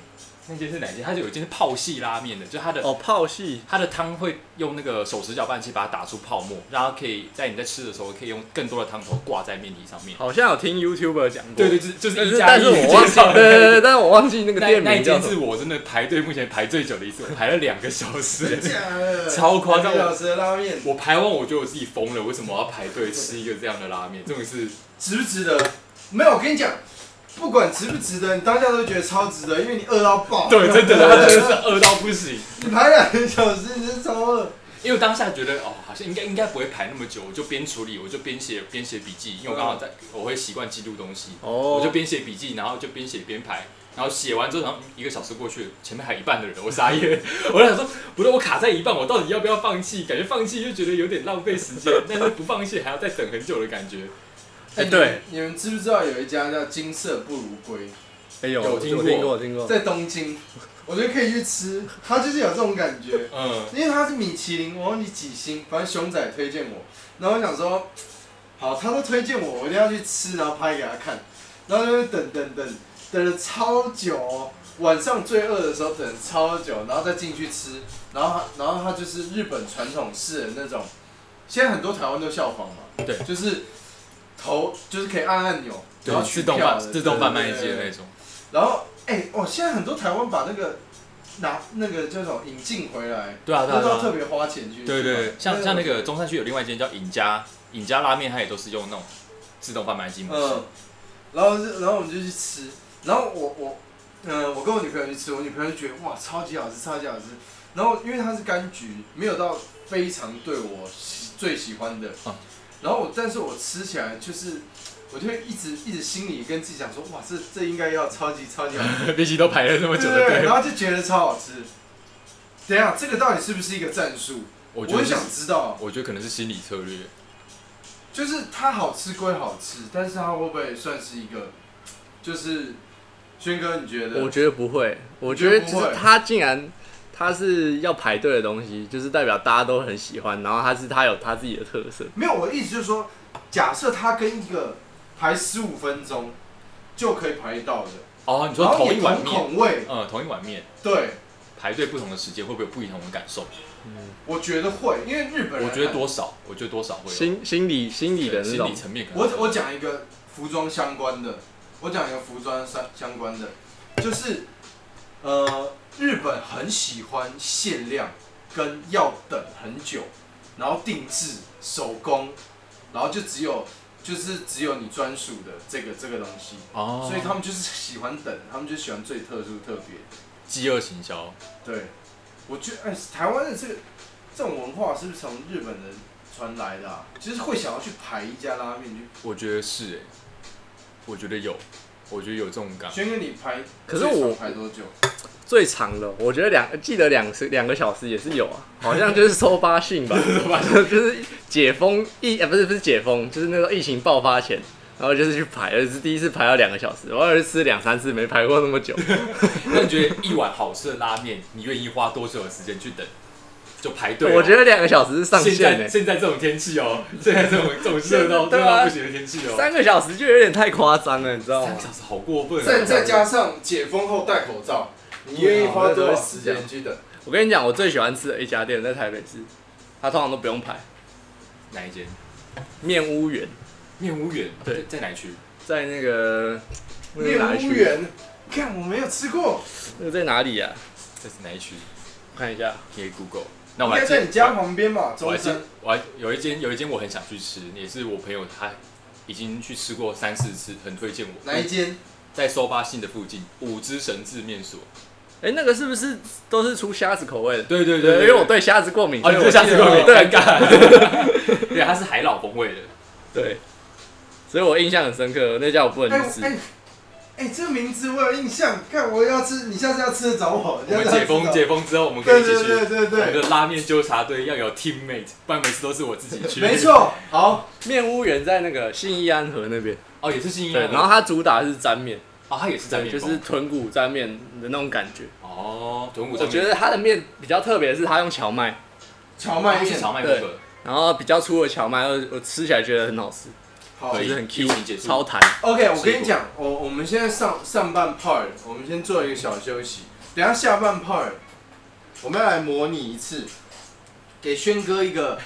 S4: 那间是哪间？它有一间是泡系拉面的，就它的、
S3: 哦泡系
S4: 它的汤会用那个手持搅拌器把它打出泡沫，然后可以在你在吃的时候可以用更多的汤头挂在面体上面。
S3: 好像有听 YouTuber 讲过，
S4: 对对，就是就是
S3: 但
S4: 一
S3: 是
S4: 加
S3: 但
S4: 一
S3: 是我忘
S4: 介
S3: 记，
S4: 绍
S3: 对
S4: 的
S3: 对对
S4: 那一
S3: 对，但是我忘记那个
S4: *laughs* 那
S3: 店
S4: 那一
S3: 名叫
S4: 间
S3: 什么
S4: 是。我真的排队目前排最久的一次，我排了两个小时
S3: *laughs*
S2: 假的
S4: 超夸张
S2: 两个小时的拉面，
S4: 我排完我觉得我自己疯了，为什么我要排队吃一个这样的拉面？这种是
S2: 值不值得？没有，我跟你讲，不管值不值得，你当下都会觉得超值得，因为你饿到爆。
S4: 对，真的，我真的是饿到不行。
S2: 你排两个小时，你是超饿。
S4: 因为当下觉得哦，好像应该应该不会排那么久，我就边处理，我就边写边写笔记，因为我刚好在我会习惯记录东西，
S3: 哦，
S4: 我就边写笔记，然后就边写边排，然后写完之后，然后一个小时过去，前面还有一半的人，我傻眼， *laughs* 我就想说，不是我卡在一半，我到底要不要放弃？感觉放弃又觉得有点浪费时间，但是不放弃还要再等很久的感觉。
S3: 哎对，
S2: 你们知不知道有一家叫金色不如归，
S3: 哎有
S4: 有
S3: 我
S4: 听
S3: 听
S4: 过
S3: 过听过，
S2: 在东京，我觉得可以去吃，它就是有这种感觉。
S4: 嗯，
S2: 因为它是米其林，我忘记几星，反正熊仔推荐我，然后我想说，好，他都推荐我，我一定要去吃，然后拍给他看，然后就等等等，等了超久、哦，晚上最饿的时候等了超久，然后再进去吃，然后它然后它就是日本传统式的那种，现在很多台湾都效仿嘛，
S4: 对
S2: 就是头就是可以按按钮，然后
S4: 对，
S2: 取
S4: 自
S2: 票
S4: 动
S2: 的
S4: 贩自动贩卖机的
S2: 对对对
S4: 那种，
S2: 然后哎，哦，现在很多台湾把那个拿那个叫什么引进回来。
S4: 对啊对
S2: 那
S4: 啊
S2: 都要
S4: 对
S2: 特
S4: 啊，
S2: 别花钱去。
S4: 对对对，像像那
S2: 个，
S4: 个中山区有另外一间叫尹家尹家拉面，它也都是用那种自动贩卖机模式。
S2: 嗯，然后是然后我们就去吃，然后我我，嗯、我跟我女朋友去吃，我女朋友就觉得哇超级好吃，超级好吃。然后因为它是柑橘，没有到非常对我喜最喜欢的，
S4: 嗯
S2: 然后我但是我吃起来就是。我就会一直一直心里跟自己讲说，哇，这这应该要超级超级好
S4: *laughs*
S2: 吃，
S4: 毕竟都排了这么
S2: 对
S4: 久
S2: 对
S4: 的
S2: 对，
S4: 队，
S2: 然后就觉得超好吃。等一下，这个到底是不是一个战术？
S4: 我
S2: 我
S4: 觉得
S2: 很
S4: 是
S2: 想知道，
S4: 我觉得可能是心理策略，
S2: 就是它好吃归好吃，但是它会不会算是一个，就是轩哥你觉得？
S3: 我觉得不会，我觉
S2: 觉得
S3: 得
S2: 不
S3: 就
S2: 会
S3: 是他竟然他是要排队的东西，就是代表大家都很喜欢，然后他是他有他自己的特色。
S2: 没有，我的意思就是说，假设它跟一个排十五分钟就可以排到的，
S4: 哦，你
S2: 然
S4: 说
S2: 后
S4: 同
S2: 也
S4: 一
S2: 同
S4: 碗面，
S2: 口味，
S4: 嗯，同一碗面
S2: 对，
S4: 排队不同的时间会不会有不同的感受？
S2: 我觉得会，因为日本人，
S4: 我觉得，多少，我觉得多少会有
S3: 心心理心理的
S4: 对
S3: 那
S4: 心理
S3: 种，
S4: 层面可能。
S2: 我我讲一个服装相关的，我讲一个服装相相关的，就是呃，日本很喜欢限量跟要等很久，然后定制手工，然后就只有就是只有你专属的这个这个东西，
S4: 哦
S2: 所以他们就是 *laughs* 喜欢等，他们就喜欢最特殊特别。
S4: 饥饿行销，
S2: 对，我觉得哎，台湾的这个这种文化是不是从日本人传来的啊？就是会想要去排一家拉面，去
S4: 我觉得是哎、我觉得有，我觉得有这种感，
S2: 轩哥你排，
S3: 可是
S2: 最
S3: 我
S2: 长排多久？
S3: 最长的，我觉得两记得两是两个小时也是有啊，好像就是收发信吧， *laughs* 就是解封疫啊不是不是解封，就是那个疫情爆发前，然后就是去排，而是第一次排到两个小时，我而吃两三次没排过那么
S4: *laughs*
S3: 久，
S4: *laughs* 那你觉得一碗好吃的拉面，你愿意花多久的时间去等？就排队哦、
S3: 我觉得两个小时是上
S4: 现
S3: 限欸
S4: 在
S3: 呢、
S4: 现在这种天气哦、现在这种这种热到
S3: 对
S4: 热
S3: 啊
S4: 到不行的天气哦、
S3: 三个小时就有点太夸张了，你知道
S4: 三
S3: 吗
S4: 个？小时好过分、
S2: 再
S4: 啊，
S2: 再加上解封后戴口罩，你愿意花多少时间去等？
S3: 我跟你讲，我最喜欢吃的一家店在台北市，它通常都不用排，
S4: 哪一间？
S3: 面屋园
S4: 面无远，
S3: 对
S4: 在在哪区？
S3: 在那个那个
S2: 面
S3: 哪一
S2: 无
S3: 区？
S2: 缘，看我没有吃过，
S3: 那个在哪里呀、
S4: 这是哪一区？
S3: 我看一下，
S4: 可以 Google。那
S2: 应
S4: 我还
S2: 该在
S4: 记
S2: 你家旁边吧，
S4: 我
S2: 中
S4: 还记
S2: 山。，
S4: 我还有一间有一间我很想去吃，也是我朋友他已经去吃过三四次，很推荐我。
S2: 哪一间？
S4: 在收巴信的附近，五之神字面所。
S3: 哎、那个是不是都是出虾子口味的？
S4: 对对
S3: 对，因
S4: 因
S3: 为
S4: 为
S3: 我
S4: 我对，
S3: 对虾子过敏，所
S4: 哦，
S3: 以
S4: 你
S3: 我
S4: 对下次过敏，
S3: 对
S4: 尴尬。 *laughs* 对，它是海老风
S2: *laughs*
S4: 味的，
S3: 对，所以我印象很深刻，那家我不
S2: 哎
S3: 能去
S2: 我
S3: 吃。
S2: 哎哎，这个名字我有印象，看我要吃，你下次要吃得找我。
S4: 我
S2: 你
S4: 们
S2: 下次要
S4: 解
S2: 吃得
S4: 封
S2: 找
S4: 解封之后，我们可
S2: 对
S4: 以继
S2: 对
S4: 续。
S2: 对对
S4: 我们
S2: 对
S4: 的拉面纠察队要有 teammate，不然每次都是我自己去。
S2: 没。错，好，
S3: 面屋园在那个信义安河那边，
S4: 哦，也是新
S3: 对，
S4: 安。
S3: 然后它主打的是沾面，
S4: 啊，它也是在
S3: 对，
S4: 面
S3: 就
S4: 风。
S3: 是豚骨沾面的那种感觉。
S4: 哦，豚骨
S3: 我
S4: 沾面。
S3: 觉得它的面比较特别，是它用荞麦，
S2: 荞麦
S4: 它是
S2: 面，
S4: 荞麦
S3: 对
S4: 风格。
S3: 然后比较粗的荞麦，我我吃起来觉得很好吃，
S2: 好
S4: 可
S3: 就
S4: 以
S3: 是很
S4: 疫情结
S3: Q，
S4: 束
S3: 超弹。
S2: OK，我跟你讲，我我们现在上上半 part，我们先做一个小休息，等一下下半 part，我们要来模拟一次，给轩哥一
S4: *laughs*
S2: 个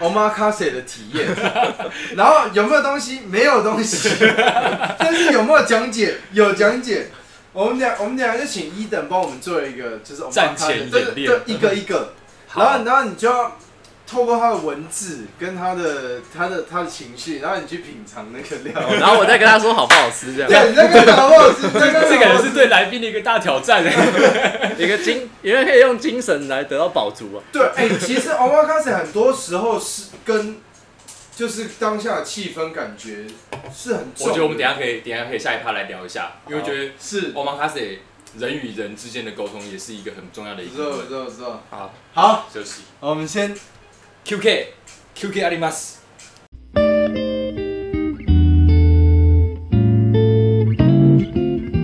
S2: omakase 的体验。 *laughs* 然后有没有东西？没有东西， *laughs* 但是有没有讲解？有讲解。我们俩我们俩就请一等帮我们做一个就是 omakase，
S4: 战前
S2: 对
S4: 演练
S2: 对一个一个，
S4: *laughs*
S2: 然后然后你就要。透过他的文字跟他的他的他的情绪，然后你去品尝那个料。
S3: 然后我再跟他说好不好吃，这
S4: *laughs*
S3: 样
S2: 对，你在跟打 boss，你在跟
S4: 这
S2: 打
S4: 个
S2: boss
S4: 是对 *laughs* 来宾的一个大挑战哎。
S3: 一个精，因为可以用精神来得到饱足啊。
S2: 对，哎、其实 omakase 很多时候是跟就是当下的气氛感觉是很重的。
S4: 我觉得我们等一下可以，等一下可以下一趴来聊一下，因为我觉得
S2: 是，
S4: o m a k 人与人之间的沟通也是一个很重要的一
S2: 知道，
S4: 部
S2: 我
S4: 分
S2: 知。道，我知道。
S3: 好，
S2: 好，
S4: 休息。
S2: 我们先
S4: QK QK あります。
S3: 给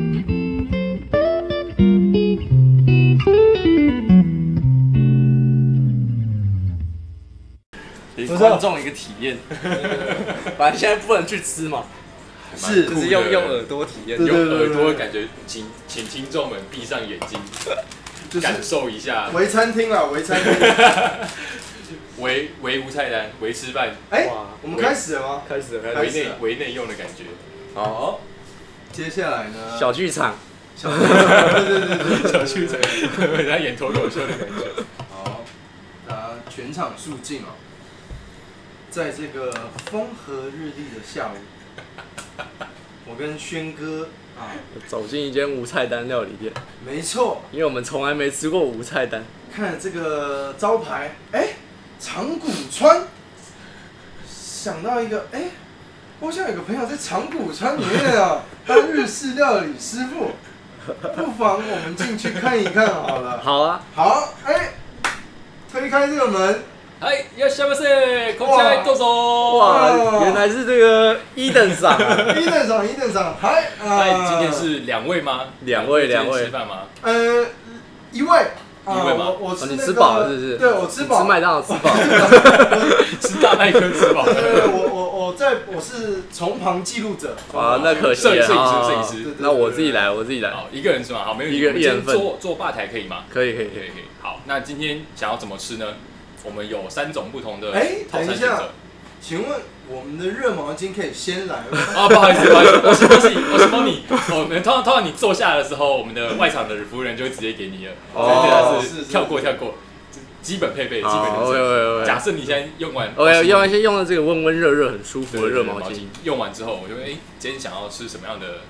S2: 不是
S3: 观众一个体验。 *laughs* 反正现在不能去吃嘛，
S2: 是
S3: 就是用用耳朵体验。
S2: 对
S3: 用
S4: 用耳
S2: 对对
S4: 朵
S2: 对
S4: 感觉，请请听众们闭上眼睛，
S2: 就是
S4: 感受一下
S2: 围餐厅啦，围餐厅。
S4: 围围无菜单、围吃饭、
S2: 哎、
S3: 哇
S2: 我们开始了吗？
S3: 开始了，
S2: 开
S3: 开
S4: 围
S3: 始。
S2: 始
S4: 内
S2: 了
S4: 围内用的感觉。 *laughs*
S3: 好，
S2: 接下来呢？
S3: 小剧场。
S2: 小，对对对对对，
S4: 小区长，人家演脱口秀的感觉。
S2: 好，啊，全场肃静哦。在这个风和日丽的下午，我跟轩哥啊，
S3: 走进一间无菜单料理店，
S2: 没错，
S3: 因为我们从来没吃过无菜单，
S2: 看了这个招牌，哎、长谷川，想到一个，哎、我好像有个朋友在长谷川里面啊，当日式料理师傅，不妨我们进去看一看好了。
S3: 好啊，
S2: 好，哎、推开这个门，
S4: 嗨，要下班せ、こちらへどうぞ。
S3: 哇，
S2: 哇
S3: 原来是这个一等赏啊，
S2: 一等赏，一等赏，嗨，啊、
S3: 哎
S4: 嗨，今天是两位吗？
S3: 两位
S4: 今天
S3: 两位
S4: 吃饭吗？ *laughs*
S2: 呃，一位，啊
S4: 一位吗
S2: 我我吃、
S3: 哦
S2: 那
S3: 你
S2: 个
S3: 吃饱了是不是？
S2: 对，我吃饱。
S3: 你吃麦当劳吃饱，
S4: 吃大麦克吃饱。
S2: 对对对，呃我我我在我是从旁记录者。
S3: 哇，那可惜
S4: 摄影
S3: 了
S4: 摄影
S3: 啊
S4: 师，摄影师。
S2: 对
S3: 那我自己来，我自己来，
S4: 好，一个人是吗？好，没有
S3: 一个
S4: 我们
S3: 一人
S4: 先
S3: 份
S4: 坐坐吧台可以吗？
S3: 可以可以
S4: 可
S3: 可以
S4: 以，可以。好，那今天想要怎么吃呢？我们有三种不同的
S2: 哎
S4: 套餐
S2: 等一
S4: 选
S2: 下
S4: 择。
S2: 请问我们的热毛巾可以先来吗？
S4: 啊，不好意思，不好意思，我是我是我是帮你。我们通常通常你坐下的时候，我们的外场的服务人就会直接给你了。
S2: 哦
S4: 所以这
S2: 是
S4: 个
S2: 是
S4: 是跳过跳过，这基本配备，基本
S3: 好
S4: 流
S3: ，OK
S4: 程。
S3: OK OK
S4: 假。设你现在用完，
S3: OK，用
S4: 用
S3: 完先用了这个温温热热很舒服的热毛
S4: 毛
S3: 巾，，
S4: 用完之后，我就会哎，今天想要吃什么样的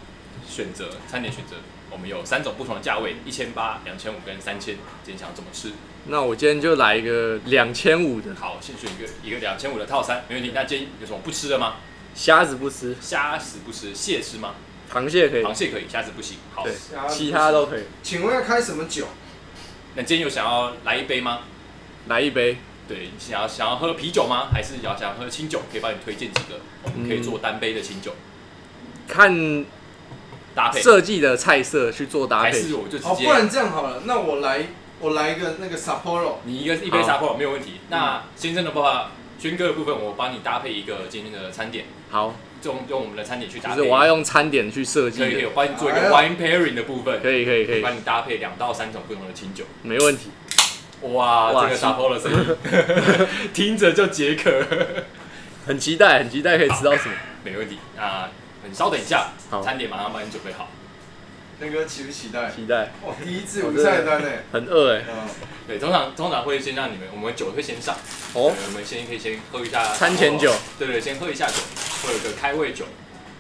S4: 选择，餐点选择，我们有三种不同的价位，一千八、两千五跟三千，今天想要怎么吃？
S3: 那我今天就来一个两千五的
S4: 好，先选一个一个两千五的套餐，没问题。那建议有什么不吃的吗？
S3: 虾子不吃，
S4: 虾子不吃，蟹吃吗？
S3: 螃蟹可以
S4: 螃，蟹可以，虾子不行。好，
S3: 对
S2: 虾，
S3: *laughs*
S2: 子
S3: 其他都可以。
S2: *laughs* 请问要开什么酒？
S4: 那今天有想要来一杯吗？
S3: 来一杯，
S4: 对，想要想要喝啤酒吗？还是要想喝清酒？可以帮你推荐几个，我们
S3: 嗯
S4: 可以做单杯的清酒
S3: 看
S4: 搭配，
S3: 设计的菜色去做搭
S4: 还
S3: 配
S4: 是。我就直
S2: 哦，
S4: 接
S2: 不然这样好了，那我来我来一个那个 Sapporo，
S4: 你一个一杯沙泡没有问
S3: 嗯
S4: 题。那先生的话，轩哥的部分我帮你搭配一个今天的餐点，
S3: 好，
S4: 用用我们的餐点去
S3: 就
S4: 搭
S3: 是
S4: 配。
S3: 我要用餐点去设计
S4: 可以可以，
S3: 的，
S4: 我帮你做一个
S2: 哎
S4: wine pairing 的部分，
S3: 可以可以可以，
S4: 帮你搭配两到三种不同的清酒。
S3: 没问题。
S4: 哇，
S3: 哇
S4: 这个沙泡的声音，听着就解渴，
S3: *laughs* 很期待，很期待可以吃到什么。
S4: 没问题。那你稍等一下，
S3: 好
S4: 餐点马上帮你准备好。
S2: 那个期不期待？
S3: 期待，
S2: 哇，第一次无菜单呢。
S3: 很饿哎。
S2: 嗯，
S4: 对，通常通常会先让你们，我们酒会先上，
S3: 哦
S4: 对，我们先可以先喝一下哦
S3: 餐前酒，
S4: 对对，先喝一下酒，会有一个开胃酒。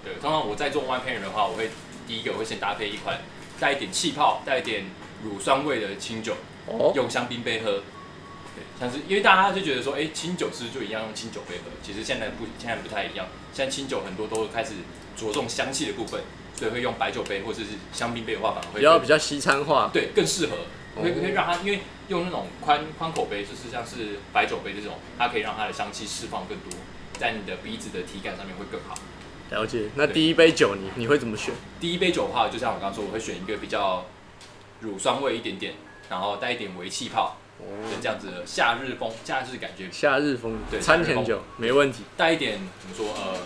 S4: 对，通常我在做 wine pairing 的话，我会第一个我会先搭配一款带一点气泡、带一点乳酸味的清酒，
S3: 哦，
S4: 用香槟杯喝。对，像是因为大家就觉得说，哎，清酒是不是就一样用清酒杯喝？其实现在不现在不太一样，现在清酒很多都开始着重香气的部分，所以会用白酒杯或者是香槟杯的话，反而会
S3: 比较比较西餐化，
S4: 对，更适合，
S3: 哦
S4: 可以可以让它，因为用那种宽宽口杯，就是像是白酒杯这种，它可以让它的香气释放更多，在你的鼻子的体感上面会更好。
S3: 了解。那第一杯酒你你会怎么选？
S4: 第一杯酒的话，就像我刚刚说，我会选一个比较乳酸味一点点，然后带一点微气泡，就这样子的夏日风、夏日感觉，
S3: 夏日风
S4: 对
S3: 餐前酒没问题。
S4: 带一点怎么说呃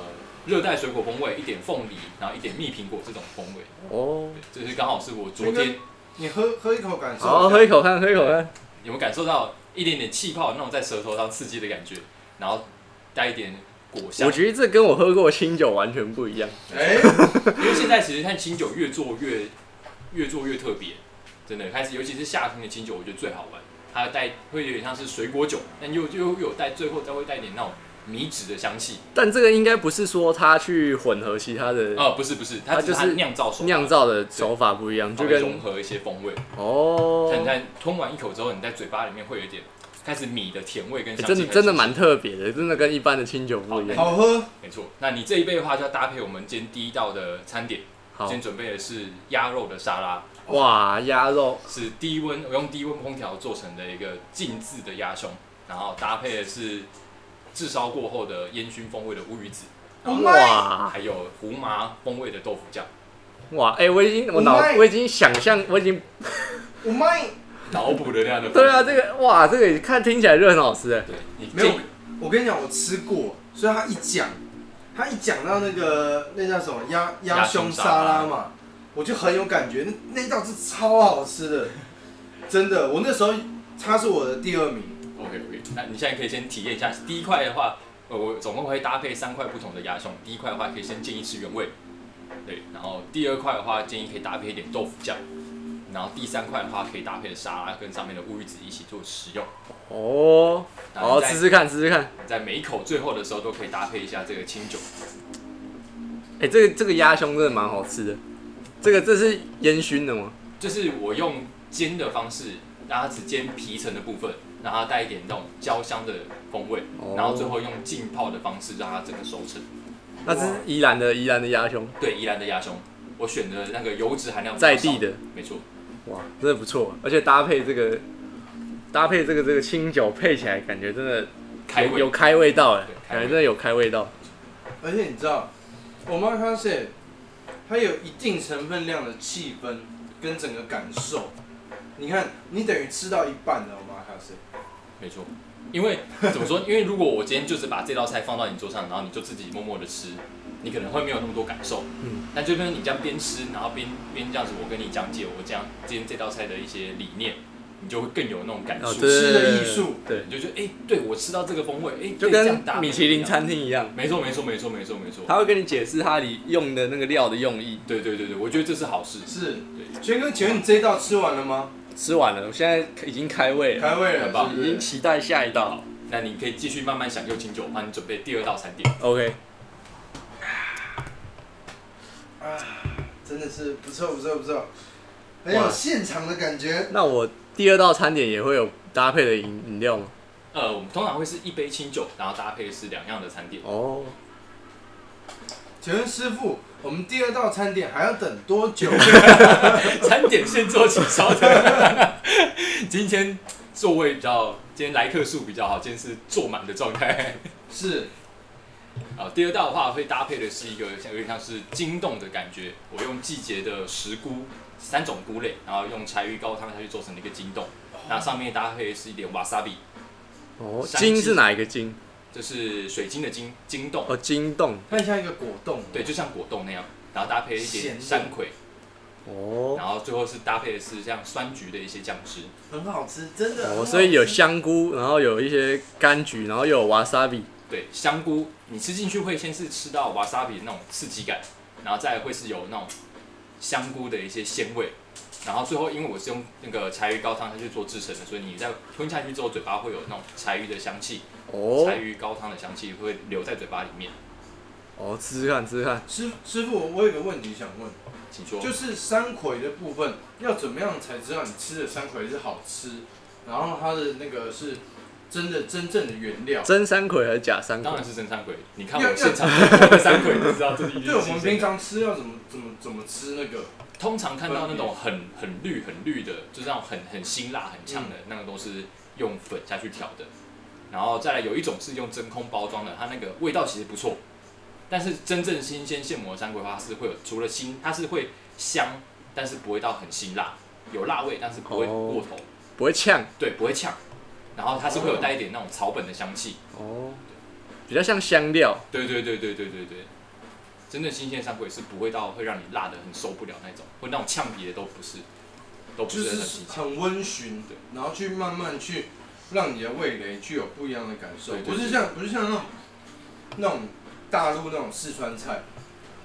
S4: 热带水果风味，一点凤梨，然后一点蜜苹果这种风味，
S3: 哦，
S4: 对这是刚好是我昨
S2: 那个
S4: 天
S2: 你喝喝一口感受。
S3: 哦好，喝一口看，喝一口看。
S4: 有没有感受到一点点气泡那种在舌头上刺激的感觉，然后带一点果香
S3: 我。觉得这跟我喝过清酒完全不一样。
S2: 哎，
S4: 因为现在其实看清酒越做越越做越特别，真的开始，尤其是夏天的清酒，我觉得最好玩。它带会有点像是水果酒，但又又又有带最后再会带一点那种米脂的香气。
S3: 但这个应该不是说它去混合其他的
S4: 呃，不是不是，它
S3: 它
S4: 只是
S3: 就
S4: 它
S3: 是
S4: 酿造手法
S3: 酿，造的手法不一样，
S4: 它
S3: 就
S4: 会融
S3: 跟
S4: 合一些风味。
S3: 哦，
S4: 但你看吞完一口之后，你在嘴巴里面会有一点开始米的甜味跟
S3: 欸
S4: 香
S3: 真
S4: 气开
S3: 的
S4: 始
S3: 真的
S4: 出
S3: 蛮特别的，真的跟一般的清酒不一样。
S2: 好喝，
S4: 没错，那你这一杯的话，就要搭配我们今天第一道的餐点。今
S3: 好
S4: 天准备的是鸭肉的沙拉，
S3: 哇，鸭肉
S4: 是低温，我用低温烹调做成的一个浸渍的鸭胸，然后搭配的是炙烧过后的烟熏风味的乌鱼子，
S2: Oh my-
S3: 哇
S4: 还有胡麻风味的豆腐酱。
S3: 哇，哎、我已经我脑
S2: 五麦
S3: 我已经想象我已经
S2: 我卖。
S4: 脑补的那样的风格。
S3: 对啊，这个哇这个看听起来就很好吃哎，
S4: 对你
S2: 没有
S4: 进，
S2: 我跟你讲，我吃过，所以他一讲，他一讲到那个那叫什么鸭鸭
S4: 鸭胸
S2: 胸
S4: 沙
S2: 沙拉
S4: 拉
S2: 嘛，我就很有感觉，那那道是超好吃的，真的，我那时候他是我的第二名，
S4: OK OK，那你现在可以先体验一下。第一块的话，呃，我总共会搭配三块不同的鸭胸。第一块的话，可以先建议吃原味，对。然后第二块的话，建议可以搭配一点豆腐酱。然后第三块的话，可以搭配沙拉跟上面的乌鱼子一起做食用。
S3: 哦，
S4: 然后
S3: 好
S4: 在
S3: 吃吃看吃吃看，
S4: 在每一口最后的时候，都可以搭配一下这个清酒。
S3: 哎、这个这个鸭胸真的蛮好吃的，这个这是烟熏的吗？
S4: 就是我用煎的方式，让它只煎皮层的部分，让它带一点那种焦香的风味，
S3: 哦
S4: 然后最后用浸泡的方式让它整个熟成。
S3: 那这是宜兰的宜兰的鸭胸，
S4: 对，宜兰的鸭胸，我选的那个油脂含量比较
S3: 在
S4: 少
S3: 地的，
S4: 没错。
S3: 哇，真的不错，而且搭配这个搭配这个这个清酒配起来，感觉真的
S4: 开
S3: 有
S4: 胃
S3: 有开胃道哎
S4: 对，开
S3: 感
S4: 胃
S3: 觉真的有开胃道，
S2: 而且你知道，我妈他是它有一定成分量的气氛跟整个感受，你看，你等于吃到一半了，我妈他是，
S4: 没错。因为怎么说？因为如果我今天就是把这道菜放到你桌上，然后你就自己默默的吃，你可能会没有那么多感受。
S3: 嗯
S4: 嗯，但就是你这样边吃，然后边边这样子，我跟你讲解我这样今天这道菜的一些理念，你就会更有那种感触，
S3: 哦，对
S2: 吃的艺术，
S3: 对，
S4: 你就觉得哎、对我吃到这个风味，哎、
S3: 就
S4: 对这样
S3: 跟
S4: 搭配
S3: 米其林餐
S4: 不
S3: 厅一样，
S4: 一样，没错没错没错没错没错，
S3: 他会跟你解释他里用的那个料的用意。
S4: 对对对对，我觉得这是好事，
S2: 是
S4: 对。
S2: 轩哥，请问你这一道吃完了吗？
S3: 吃完了，我现在已经开胃了，
S2: 开胃了，
S4: 哎很棒
S2: 是不
S3: 已
S2: 是
S3: 经期待下一道。
S4: 那你可以继续慢慢享用清酒，帮你准备第二道餐点。
S3: OK，
S2: 啊，真的是不错不错不错，很有
S3: 哇
S2: 现场的感觉。
S3: 那我第二道餐点也会有搭配的饮饮料吗？
S4: 呃，我们通常会是一杯清酒，然后搭配是两样的餐点。
S3: 哦，
S2: 请问师傅，我们第二道餐点还要等多久？
S4: 餐点现做起烧的。今天座位比较，今天来客数比较好，今天是坐满的状态。
S2: 是
S4: 啊，第二道的话会搭配的是一个像有点像是惊冻的感觉，我用季节的石菇三种菇类，然后用柴鱼高汤下去做成了一个惊冻，那上面搭配是一点 wasabi，
S3: 哦，
S4: 香
S3: 金
S4: 鸡
S3: 是哪一个金？
S4: 就是水晶的晶晶冻，
S3: 哦，金冻。
S2: 看像一个果冻，
S4: 对，，就像果冻那样，然后搭配一
S2: 咸
S4: 点
S2: 的
S4: 山葵，
S3: 哦，
S4: 然后最后是搭配的是像酸橘的一些酱汁。
S2: 很好吃，真的很好
S3: 哦，
S2: 吃。
S3: 所以有香菇，然后有一些柑橘，然后又有 wasabi。
S4: 对，香菇你吃进去会先是吃到瓦萨比那种刺激感，然后再会是有那种香菇的一些鲜味，然后最后因为我是用那个柴鱼高汤下去做制成的，所以你在吞下去之后，嘴巴会有那种柴鱼的香气，
S3: 哦
S4: 柴鱼高汤的香气会留在嘴巴里面。
S3: 哦，吃吃看，吃吃看。
S2: 师师傅，我有个问题想问，
S4: 请说，
S2: 就是山葵的部分，要怎么样才知道你吃的山葵是好吃？然后它的那个是真的真正的原料。
S3: 真山葵还是假山葵
S4: 当？然是真山葵，你看
S2: 要
S4: 我现场做的山葵，你知道这是一定
S2: 对
S4: 是
S2: 我们平
S4: 新鲜的。
S2: 常吃要怎么怎么怎么吃那个？
S4: 通常看到那种很很绿很绿的，就是那种很很辛辣很呛的，那个都是用粉下去调的。然后再来有一种是用真空包装的，它那个味道其实不错，但是真正新鲜现磨的山葵花是会有除了辛，它是会香，但是不会到很辛辣，有辣味，但是不会
S3: 哦
S4: 过头，
S3: 不会呛。
S4: 对，不会呛。然后它是会有带一点那种草本的香气，
S3: 哦，比较像香料。
S4: 对对对对对对对。真正新鲜山葵是不会到会让你辣的很受不了那种，或那种呛鼻的都不是，都不
S2: 就是
S4: 很新
S2: 是
S4: 鲜。
S2: 很温循的
S4: 对，
S2: 然后去慢慢去让你的味蕾具有不一样的感受，
S4: 对
S2: 不
S4: 对
S2: 是
S4: 对
S2: 像不是像那种那种大陆那种四川菜，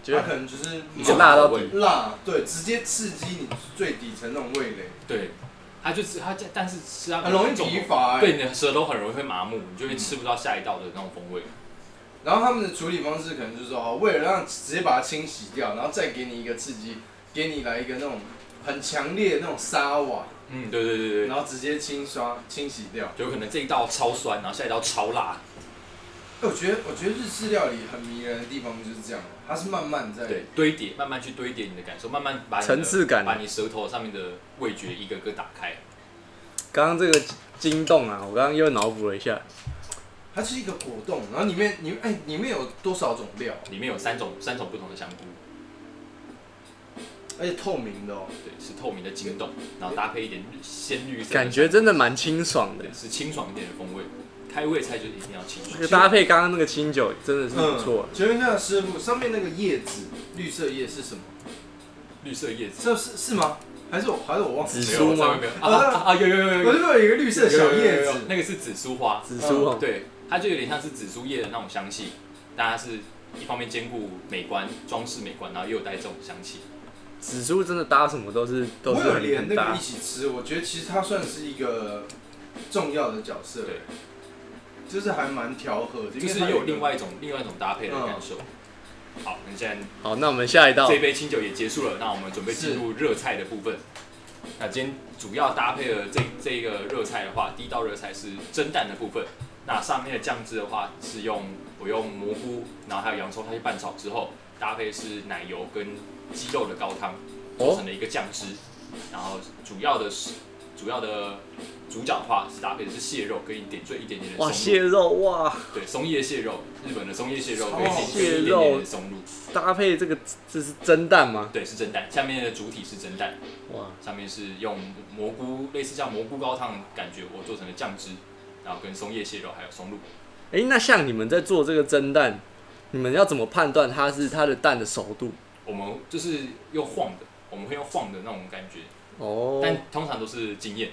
S3: 就
S2: 它
S3: 是
S2: 可能就是
S3: 一直辣到
S4: 麻味
S3: 底
S2: 辣，对，直接刺激你最底层那种味蕾，
S4: 对，它就是它，但是吃它
S2: 很容易疲乏、欸。
S3: 哎
S4: 对，你的舌头很容易会麻木，你
S3: 嗯
S4: 就会吃不到下一道的那种风味。
S2: 然后他们的处理方式可能就是说，哦，为了让直接把它清洗掉，然后再给你一个刺激，给你来一个那种很强烈的那种沙瓦，
S4: 嗯，对对对对，
S2: 然后直接清刷清洗掉。
S4: 有可能这一道超酸，然后下一道超辣。
S2: 哎我觉得我觉得日式料理很迷人的地方就是这样，它是慢慢在
S4: 对，堆叠，慢慢去堆叠你的感受，慢慢把你的
S3: 层次感
S4: 把你舌头上面的味觉一个个打开。
S3: 刚刚这个惊动啊，我刚刚又脑补了一下，
S2: 它是一个果冻，然后里面你哎、里面有多少种料？
S4: 里面有三种三种不同的香菇，
S2: 而且透明的哦。
S4: 对，是透明的晶冻，然后搭配一点绿鲜绿色的，
S3: 感觉真的蛮清爽的
S4: 对。是清爽一点的风味。开胃菜就一定要清
S3: 这
S4: 爽
S3: 个。搭配刚刚那个清酒真的是不错、
S2: 嗯请问一下师傅，上面那个叶子，绿色叶是什么？
S4: 绿色叶子，
S2: 这是是吗？还是我还是我忘记
S3: 紫
S4: 没
S2: 了？
S4: 有
S3: 苏
S4: 上面
S3: 吗
S4: 没？有
S2: 啊
S4: 啊啊啊有有有有有
S2: 我这边有一个绿色的小叶
S4: 有有有有
S2: 子，
S4: 那个是紫苏花，
S3: 紫苏哦，
S4: 嗯对，它就有点像是紫苏叶的那种香气，但它是一方面兼顾美观、装饰美观，然后又有带这种香气。
S3: 紫苏真的搭什么都是都
S2: 我
S3: 是
S2: 有
S3: 很
S2: 连
S3: 很
S2: 那个
S3: 搭
S2: 一。起吃，我觉得其实它算是一个重要的角色，
S4: 对，
S2: 就是还蛮调和的，因为
S4: 就是
S2: 它
S4: 又
S2: 有
S4: 有
S2: 一
S4: 另
S2: 个嗯
S4: 外一种另外一种搭配的感受。好，那现在
S3: 好，那我们下一道
S4: 这杯清酒也结束了，那我们准备进入热菜的部分。那今天主要搭配了这这个热菜的话，第一道热菜是蒸蛋的部分。那上面的酱汁的话是用我用蘑菇，然后还有洋葱下去拌炒之后，搭配是奶油跟鸡肉的高汤。做
S3: 哦
S4: 成，了一个酱汁，然后主要的是主要的主角的话是搭配的是蟹肉跟一点缀一点点的
S3: 哇，
S4: 松露，
S3: 蟹肉哇，
S4: 对松叶蟹肉，日本的松叶蟹肉跟
S2: 哦
S4: 一点跟一
S3: 蟹
S4: 点
S3: 肉
S4: 点的松露，
S3: 搭配这个这是蒸蛋吗？
S4: 对是蒸蛋，下面的主体是蒸蛋，
S3: 哇，
S4: 上面是用蘑菇类似像蘑菇高汤的感觉我做成的酱汁，然后跟松叶蟹肉还有松露，
S3: 哎、那像你们在做这个蒸蛋，你们要怎么判断它是它的蛋的熟度？
S4: 我们就是用晃的，我们会用晃的那种感觉，
S3: 哦，
S4: 但通常都是经验。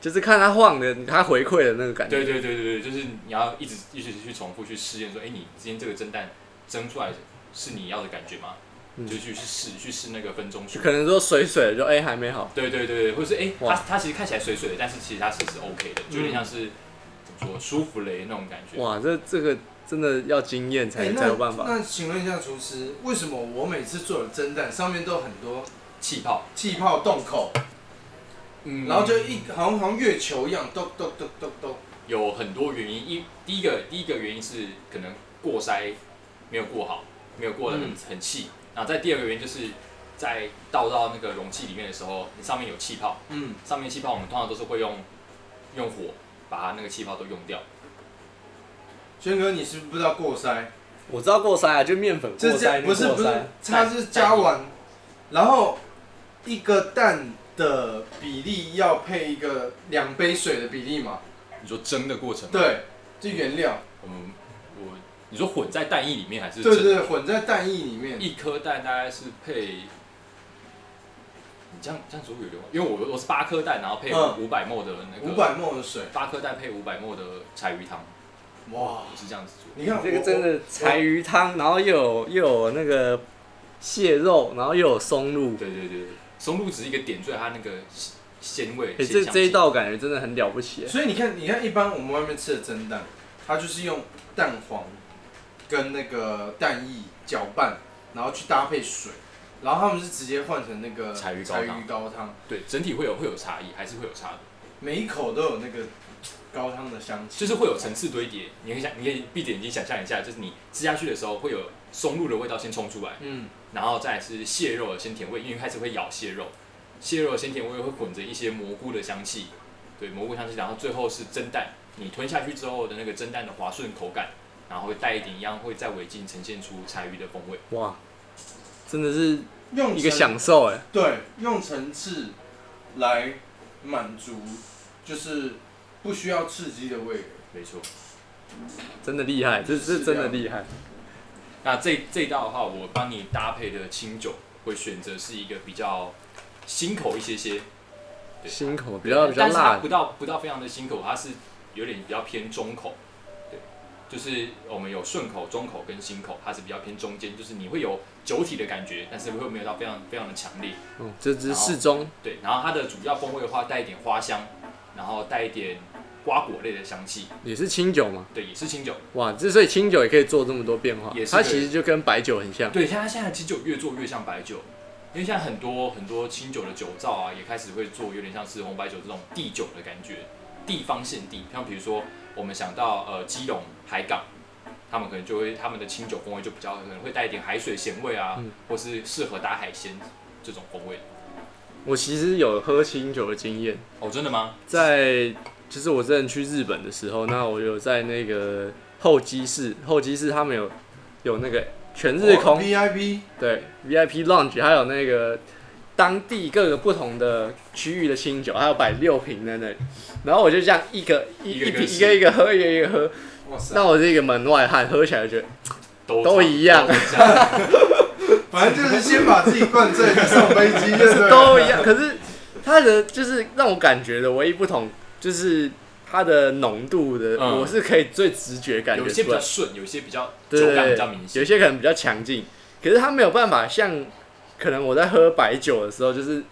S3: 就是看他晃的，他回馈的那个感觉。
S4: 对对对对对，就是你要一直一直去重复去试验，说，哎、你今天这个蒸蛋蒸出来是你要的感觉吗？
S3: 嗯
S4: 就去去试去试那个分钟数
S3: 就。可能说水水的就哎、还没好，
S4: 对对对，对或是哎、诶
S3: 哇嗯
S4: 它它其实看起来水水的，但是其实它是是 OK 的，就有点像是、怎么说舒芙蕾那种感觉。
S3: 哇，这这个真的要经验才、
S2: 哎那
S3: 才有办法。
S2: 那请问一下厨师，为什么我每次做的蒸蛋上面都很多
S4: 气泡，
S2: 气泡洞口，
S4: 嗯
S2: 然后就一好像好像月球一样，咚咚咚咚咚。
S4: 有很多原因，一第一个第一个原因是可能过筛没有过好，没有过得很、
S2: 嗯
S4: 很气，然后再第二个原因就是在倒到那个容器里面的时候，你上面有气泡，
S2: 嗯，
S4: 上面气泡我们通常都是会用用火把它那个气泡都用掉，
S2: 轩哥，你是不是不知道过筛？
S3: 我知道过筛啊，就面粉过
S2: 就是这
S3: 筛，
S2: 样，
S3: 那
S2: 不是
S3: 过
S2: 不是
S3: 筛，
S2: 它是加完，然后一个蛋的比例要配一个两杯水的比例嘛？
S4: 你说蒸的过程吗，
S2: 对，就原料，
S4: 我们我你说混在蛋液里面还是
S2: 对对
S4: 蒸
S2: 对，混在蛋液里面。
S4: 一颗蛋大概是配，你这样这样说有点晚，因为我我是八颗蛋，然后配
S2: 嗯
S4: 五百 ml 的那个
S2: 五百沫的水，
S4: 八颗蛋配五百 ml 的柴鱼汤，
S2: 哇！
S4: 我是这样子做。
S2: 你看
S3: 这个
S2: 我
S3: 真的柴鱼汤，然后又有又有那个蟹肉，然后又有松露，
S4: 对对对对，松露只是一个点缀它那个鲜鲜味。
S3: 哎、
S4: 鲜
S3: 这
S4: 香
S3: 这一
S4: 气
S3: 道感觉真的很了不起
S2: 我，所以你看，你看，一般我们外面吃的蒸蛋，它就是用蛋黄跟那个蛋液搅拌，然后去搭配水，然后他们是直接换成那个
S4: 柴鱼高
S2: 柴
S4: 汤
S2: 鱼高汤，
S4: 对整体会有会有差异，还是会有差的，
S2: 每一口都有那个高汤的香气，
S4: 就是会有层次堆叠。你可以想，你可以闭着眼睛想象一下，就是你吃下去的时候会有松露的味道先冲出来，
S2: 嗯，
S4: 然后再来是蟹肉的鲜甜味，因为开始会咬蟹肉，蟹肉的鲜甜味会混着一些蘑菇的香气，对，蘑菇香气，然后最后是蒸蛋，你吞下去之后的那个蒸蛋的滑顺口感，然后会带一点一样会在尾劲呈现出柴鱼的风味。
S3: 哇，真的是
S2: 用
S3: 一个
S2: 层
S3: 享受哎。
S2: 对用层次来满足，就是不需要刺激的味蕾。
S4: 没错，
S3: 真的厉害，这
S2: 是
S3: 这真的厉害。
S4: 那这这一道的话，我帮你搭配的清酒会选择是一个比较新口一些些，对
S3: 心口比较比较
S4: 但是它
S3: 辣
S4: 不，到不到非常的辛口，它是有点比较偏中口，对，就是我们有顺口、中口跟辛口，它是比较偏中间，就是你会有酒体的感觉，但是会没有到非常非常的强烈，
S3: 嗯，这只是适中，
S4: 对。然后它的主要风味的话，带一点花香，然后带一点瓜果类的香气，
S3: 也是清酒嘛。
S4: 对，也是清酒。
S3: 哇，之所以清酒也可以做这么多变化
S4: 也，是
S3: 它
S4: 可以
S3: 其实就跟白酒很像。
S4: 对，现在现在清酒越做越像白酒，因为现在很多很多清酒的酒造啊，也开始会做有点像是红白酒这种地酒的感觉，地方限定。像比如说我们想到呃基隆海港，他们可能就会他们的清酒风味就比较可能会带一点海水咸味啊，
S3: 嗯
S4: 或是适合搭海鲜这种风味。
S3: 我其实有喝清酒的经验，
S4: 哦，真的吗？
S3: 在就是我之前去日本的时候，那我有在那个候机室，候机室他们有有那个全日
S2: 哦
S3: 空，
S2: VIP
S3: 对 VIP lounge，还有那个当地各个不同的区域的清酒，还有摆六瓶在那里，然后我就这样一个一
S4: 一
S3: 一
S4: 个一个
S3: 瓶一
S4: 试
S3: 个一个喝，一个一个喝，
S2: 哇塞，
S3: 那我这个门外汉喝起来就觉得
S4: 都
S3: 都一样
S4: 都一样
S2: 反正就是先把自己灌醉，再上飞机，就
S3: *laughs*
S2: 是
S4: *laughs*
S3: 都一样，可是它的就是让我感觉的唯一不同就是它的浓度的，
S4: 嗯
S3: 我是可以最直觉感
S4: 有
S3: 觉
S4: 一些比
S3: 出来
S4: 较，顺，有一些比较酒感
S3: 对
S4: 比较明，
S3: 有
S4: 显。
S3: 些可能比较强劲，可是它没有办法像可能我在喝白酒的时候，就是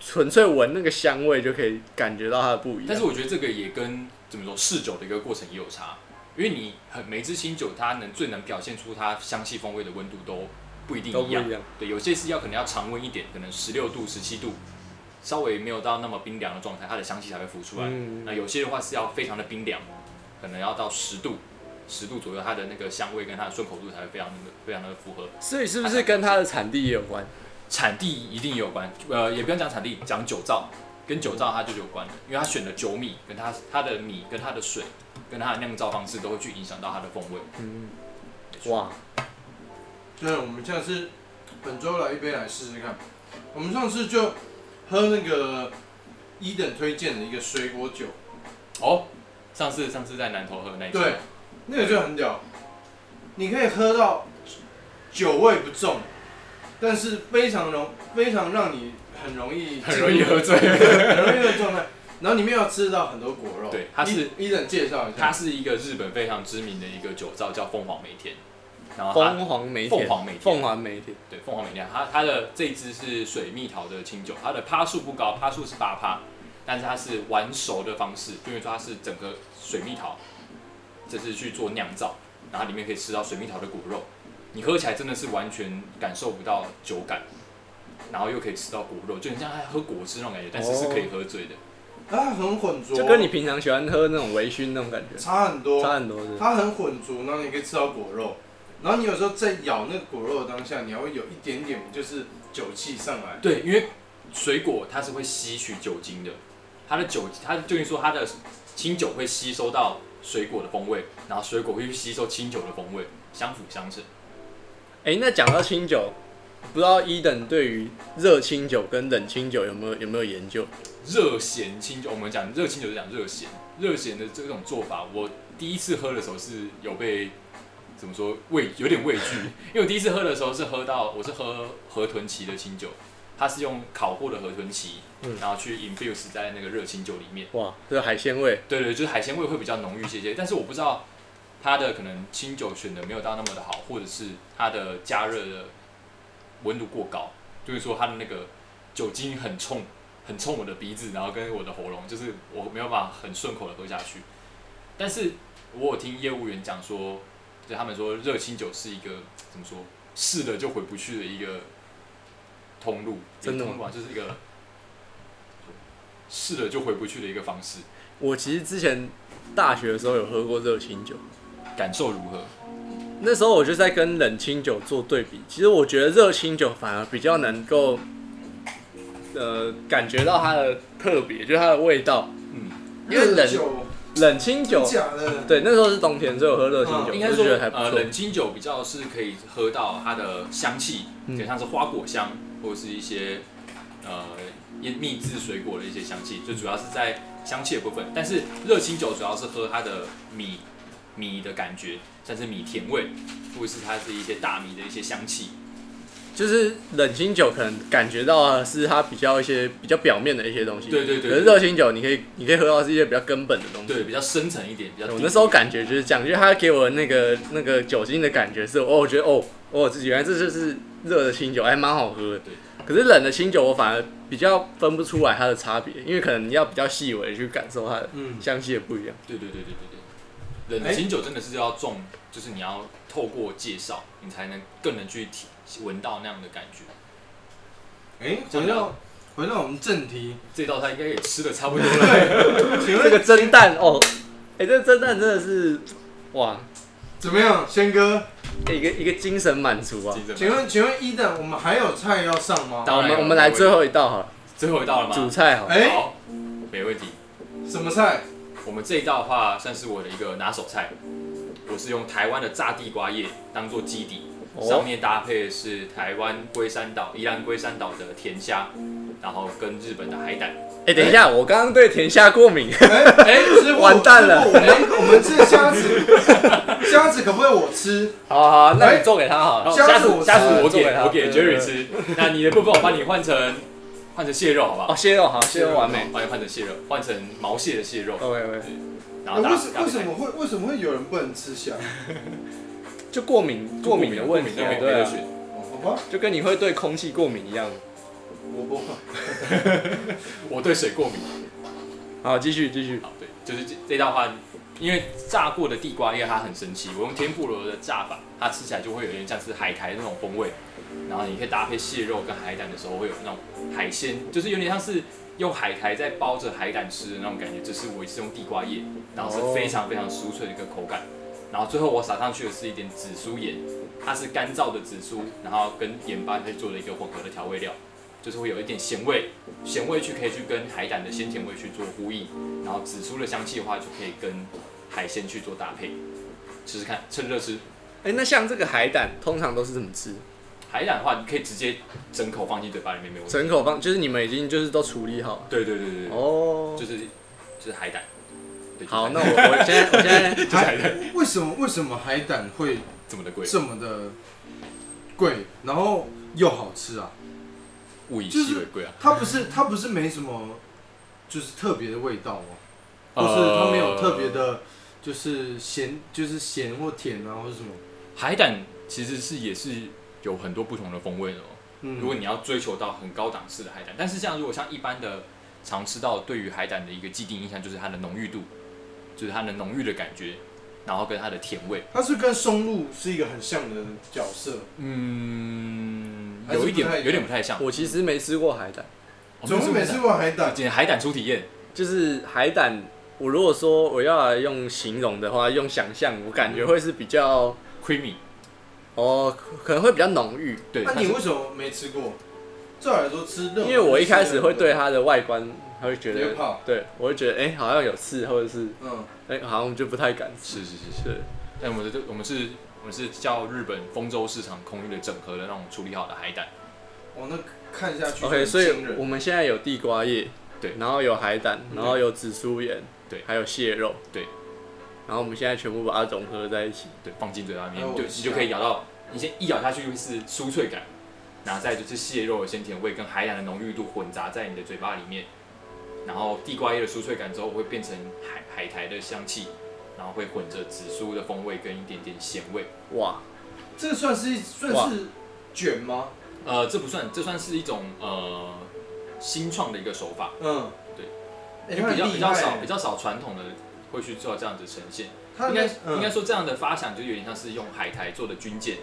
S3: 纯粹闻那个香味就可以感觉到它的不一样。
S4: 但是我觉得这个也跟怎么说试酒的一个过程也有差，因为你很每支清酒它能最能表现出它香气风味的温度都不一定
S3: 都
S4: 一
S3: 不
S4: 样
S3: 一，样，
S4: 对，有些是要可能要常温一点，可能十六度、十七度，稍微没有到那么冰凉的状态，它的香气才会浮出来。
S3: 嗯
S4: 那，有些的话是要非常的冰凉，可能要到十度。十度左右，它的那个香味跟它的顺口度才会非常的非常的符合。
S3: 所以是不是跟它的产地也有关？
S4: 产地一定有关，呃，也不用讲产地，讲酒造，跟酒造它就有关了，因为它选的酒米跟它它的米跟它的水跟它的酿造方式都会去影响到它的风味。
S3: 嗯，哇，
S2: 对，我们下次本周来一杯来试试看。我们上次就喝那个一等推荐的一个水果酒，
S4: 哦，上次上次在南头喝的那一次，
S3: 啊
S2: 对，那个就很屌。你可以喝到酒味不重，但是非常容非常让你很容易
S4: *laughs* 哦很容易喝醉。
S2: 很容易喝状态。然后里面要吃到很多果肉。
S4: 对它是
S2: 伊伊人介绍一下，
S4: 它是一个日本非常知名的一个酒造，叫凤凰梅田。然后它
S3: 凤凰梅
S4: 凤
S3: 田，
S4: 凰梅田
S3: 凤凰梅田，
S4: 对凤凰梅田，它它的这一支是水蜜桃的清酒，它的趴数不高，趴数是八趴，但是它是完熟的方式，因为说它是整个水蜜桃，这是去做酿造，然后里面可以吃到水蜜桃的果肉，你喝起来真的是完全感受不到酒感，然后又可以吃到果肉，就很像喝果汁那种感觉，但是是可以喝醉的。
S2: 它啊很混浊，
S3: 就跟你平常喜欢喝那种微醺那种感觉，
S2: 差很多，
S3: 差很多是。
S2: 它很混浊，然后你可以吃到果肉，然后你有时候在咬那个果肉的当下，你还会有一点点就是酒气上来，
S4: 对，因为水果它是会吸取酒精的，它的酒，它就是说它的清酒会吸收到水果的风味，然后水果会去吸收清酒的风味，相辅相成。
S3: 哎、那讲到清酒，不知道一等对于热清酒跟冷清酒有没有有没有研究？
S4: 热咸清酒，我们讲热清酒就讲热咸，热咸的这种做法，我第一次喝的时候是有被怎么说畏，有点畏惧，因为我第一次喝的时候是喝到我是喝河豚鳍的清酒，它是用烤过的河豚鳍
S3: 嗯，
S4: 然后去 infuse 在那个热清酒里面。
S3: 哇，这个海鲜味，
S4: 对对，就是海鲜味会比较浓郁一些些，但是我不知道它的可能清酒选的没有到那么的好，或者是它的加热的温度过高，就是说它的那个酒精很冲，很冲我的鼻子，然后跟我的喉咙，就是我没有办法很顺口的喝下去。但是我有听业务员讲说，就他们说热清酒是一个怎么说，试了就回不去的一个通路，
S3: 真的吗
S4: 通路啊，就是一个试了就回不去的一个方式。
S3: 我其实之前大学的时候有喝过热清酒，
S4: 感受如何？
S3: 那时候我就在跟冷清酒做对比，其实我觉得热清酒反而比较能够，呃，感觉到它的特别，就是它的味道。
S4: 嗯，
S3: 因为冷
S2: 热酒
S3: 冷清酒
S2: 真，假的，
S3: 对，那时候是冬天，所以我喝热清酒，
S4: 应该
S3: 我就
S4: 说
S3: 觉得还不
S4: 呃，
S3: 错。
S4: 冷清酒比较是可以喝到它的香气，
S3: 嗯
S4: 就像是花果香或者是一些呃腌蜜制水果的一些香气，就主要是在香气的部分。但是热清酒主要是喝它的米米的感觉，像是米甜味，或者是它是一些大米的一些香气。
S3: 就是冷清酒可能感觉到的是它比较一些比较表面的一些东西，
S4: 对对对对
S3: 可是热清酒你可以你可以喝到是一些比较根本的东西。
S4: 对，比较深层一点，比较
S3: 我
S4: 低
S3: 那时候感觉就是这样，因为它给我那个那个酒精的感觉是，哦，我觉得哦，哦，这原来这就是热的清酒，还蛮好喝的。
S4: 对。
S3: 可是冷的清酒我反而比较分不出来它的差别，因为可能你要比较细微地去感受它的
S2: 嗯，
S3: 香气也不一样。
S4: 对对对对对对，
S3: 哎
S4: 冷清酒真的是要重，就是你要透过介绍，你才能更能去体闻到那样的感觉。
S2: 哎，回到回到我们正题，
S4: 这道菜应该也吃的差不多了，嗯
S3: *laughs*
S2: 请
S3: 这
S2: 问
S3: 个蒸蛋哦，哎、这蒸蛋真的是哇，
S2: 怎么样，轩哥？
S3: 一个一个精神满足啊！
S4: *laughs* 精神
S2: 请问请问一等，我们还有菜要上吗？
S4: 当
S3: 我
S4: 然
S3: 们
S4: 有
S3: 我们来最后一道好了，
S4: 最后一道了
S3: 主
S4: 吗？
S3: 菜好了，
S2: 哎，
S4: 好，没问题。
S2: 什
S3: *laughs*
S2: 么菜？
S4: 我们这一道的话，算是我的一个拿手菜。我是用台湾的炸地瓜叶当做基底，
S3: 哦
S4: 上面搭配的是台湾龟山岛、宜兰龟山岛的甜虾，然后跟日本的海胆。
S3: 哎、等一下，我刚刚对甜虾过敏， *laughs*
S2: 哎，师傅
S3: 完蛋了
S2: 师傅我们我们吃虾子，
S3: *laughs*
S2: 虾子可不可以我吃？
S3: 好好，那你做给他好了。
S4: 然后
S2: 虾
S4: 下
S2: 子
S4: 次
S2: 我
S4: 下次
S3: 吃
S4: 我给
S3: 做给他
S4: 我给
S3: 对对
S4: Jerry 吃，那你的部分我帮你换成换成蟹肉好不
S3: 哦，
S4: 好？
S3: 蟹肉好，蟹肉完美。
S4: 帮你换成蟹肉，换成毛蟹的蟹肉，
S3: OK OK，
S2: 哎
S4: 然
S2: 为
S4: 后搭
S2: 什
S4: 搭
S2: 为
S4: 配
S2: 什么会为什么会有人不能吃虾？
S3: 就过敏过敏的问题
S4: 就
S3: 啊
S4: 没，
S3: 对
S4: 得
S3: 啊，
S4: 选。
S2: 哦好吧，
S3: 就跟你会对空气过敏一样。
S2: 我不会。
S4: 我对水过敏。
S3: 好，继续继续。
S4: 好，哦对，就是这这道话，因为炸过的地瓜叶它很神奇，我用天妇罗的炸法，它吃起来就会有点像是海苔那种风味，然后你可以搭配蟹肉跟海胆的时候，会有那种海鲜，就是有点像是用海苔在包着海胆吃的那种感觉。这是我是用地瓜叶，然后是非常非常酥脆的一个口感，然后最后我撒上去的是一点紫苏盐，它是干燥的紫苏，然后跟盐巴去做的一个混合的调味料。就是会有一点咸味，咸味去可以去跟海胆的鲜甜味去做呼应，然后紫苏的香气的话，就可以跟海鲜去做搭配，试试看，趁热吃。
S3: 哎，那像这个海胆，通常都是怎么吃？
S4: 海胆的话，你可以直接整口放进嘴巴里面，没有问题。
S3: 整口放，就是你们已经就是都处理好了。
S4: 对对对对，对
S3: 哦
S4: 就，是就是海胆。对
S3: 好，那
S4: 就
S3: 我
S4: 是海
S3: 我现在我现在
S4: 胆就是海胆
S2: 为什么为什么海胆会
S4: 这么的贵，啊
S2: 这么的贵，然后又好吃啊？
S4: 物以稀为贵啊。
S2: 它不是它不是没什么就是特别的味道吗？或
S4: 呃
S2: 是它没有特别的，就是咸，就是咸或甜啊，或是什么？
S4: 海胆其实是也是有很多不同的风味的哦。
S2: 嗯，
S4: 如果你要追求到很高档次的海胆，但是像如果像一般的常吃到，对于海胆的一个既定印象就是它的浓郁度，就是它的浓郁的感觉，然后跟它的甜味，
S2: 它是跟松露是一个很像的角色，
S4: 嗯，
S2: 还是
S4: 有一点
S2: 不太一样
S4: 有点不太像。
S3: 我其实没吃过海胆，
S4: 我
S2: 总是每次玩海胆，
S4: 简海胆初体验，
S3: 就是海胆，我如果说我要来用形容的话，用想象，我感觉会是比较
S4: creamy，
S3: 哦，可能会比较浓郁，
S4: 对，
S2: 那
S4: 它
S2: 你
S4: 是
S2: 为什么没吃过？照理来说吃任何
S3: 因为我一开始会对它的外观会觉
S2: 有
S3: 得
S2: 点怕，
S3: 对我会觉得哎、好像有刺，或者是
S2: 嗯，
S3: 哎、好像就不太敢吃。
S4: 是是是是，
S3: 对，
S4: 但我们这我们是我们是叫日本丰州市场空运的整合的那种处理好的海胆，
S2: 我那看下去就
S3: OK，
S2: 很
S3: 所以
S2: 惊人
S3: 我们现在有地瓜叶，
S4: 对
S3: 然后有海胆，
S2: 嗯
S3: 然后有紫苏盐，
S4: 对
S3: 还有蟹肉，
S4: 对，
S3: 然后我们现在全部把它融合在一起。
S4: 对，放进嘴巴里
S2: 哎
S4: 面，
S2: 我
S4: 就
S2: 想
S4: 你就可以咬到，你先一咬下去就是酥脆感，然后再就是蟹肉的鲜甜味跟海胆的浓郁度混杂在你的嘴巴里面，然后地瓜叶的酥脆感之后会变成海海苔的香气，然后会混着紫苏的风味跟一点点咸味。
S3: 哇，
S2: 这个算是一算
S3: 哇
S2: 是卷吗？
S4: 呃，这不算，这算是一种呃新创的一个手法，
S2: 嗯，
S4: 对
S2: 哎，
S4: 因
S2: 它很
S4: 为比较比
S2: 厉害
S4: 较少
S2: 欸
S4: 比较少传统的会去做这样子呈现。
S2: 它
S4: 应该
S2: 嗯
S4: 应该说这样的发想就有点像是用海苔做的军舰，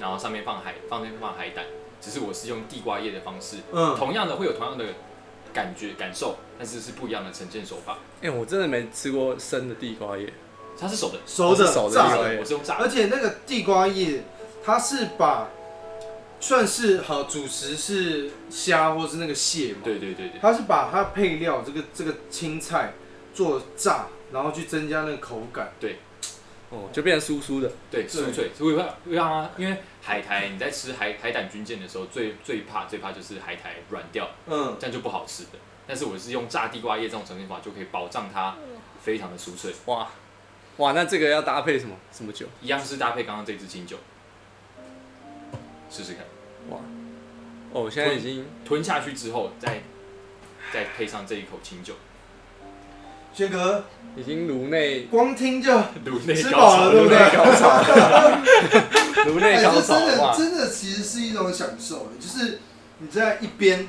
S4: 然后上面放海放面放海胆，只是我是用地瓜叶的方式，
S2: 嗯，
S4: 同样的会有同样的感觉感受，但是是不一样的呈现手法。
S3: 哎、我真的没吃过生的地瓜叶，
S4: 它是熟的，
S2: 熟
S3: 它
S2: 的
S3: 是熟的
S2: 炸
S3: 地
S2: 的
S3: 瓜，
S4: 我是用炸
S2: 而
S4: 的，
S2: 且那个地瓜叶，它是把算是好主食是虾或是那个蟹嘛，
S4: 对对对对，
S2: 它是把它配料这个这个青菜做炸，然后去增加那个口感。
S3: 哦，就变成酥酥的。
S4: 对酥脆，所以会会让它，因为海苔你在吃海海胆军舰的时候，最最怕最怕就是海苔软掉，
S2: 嗯，
S4: 这样就不好吃的。但是我是用炸地瓜叶这种呈现法，就可以保障它非常的酥脆，
S3: 哇，哇，那这个要搭配什么什么酒？
S4: 一样是搭配刚刚这支清酒，试试看。
S3: 哦，我现在已经
S4: 吞下去之后，再再配上这一口清酒， *laughs*
S2: 轩哥
S3: 已经颅内
S2: 光听就
S4: 颅内
S2: 吃
S4: 高
S2: 饱
S4: 潮
S2: 了，对不对？
S3: 颅内
S2: 哎
S3: 高
S2: 这
S3: 潮
S2: 真的
S3: 哇！
S2: 真的其实是一种享受，欸就是你在一边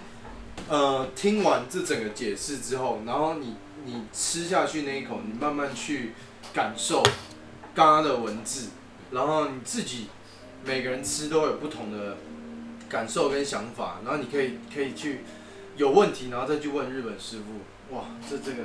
S2: 呃听完这整个解释之后，然后你你吃下去那一口，你慢慢去感受刚刚的文字，然后你自己每个人吃都有不同的感受跟想法，然后你可以可以去有问题，然后再去问日本师傅。哇，这这个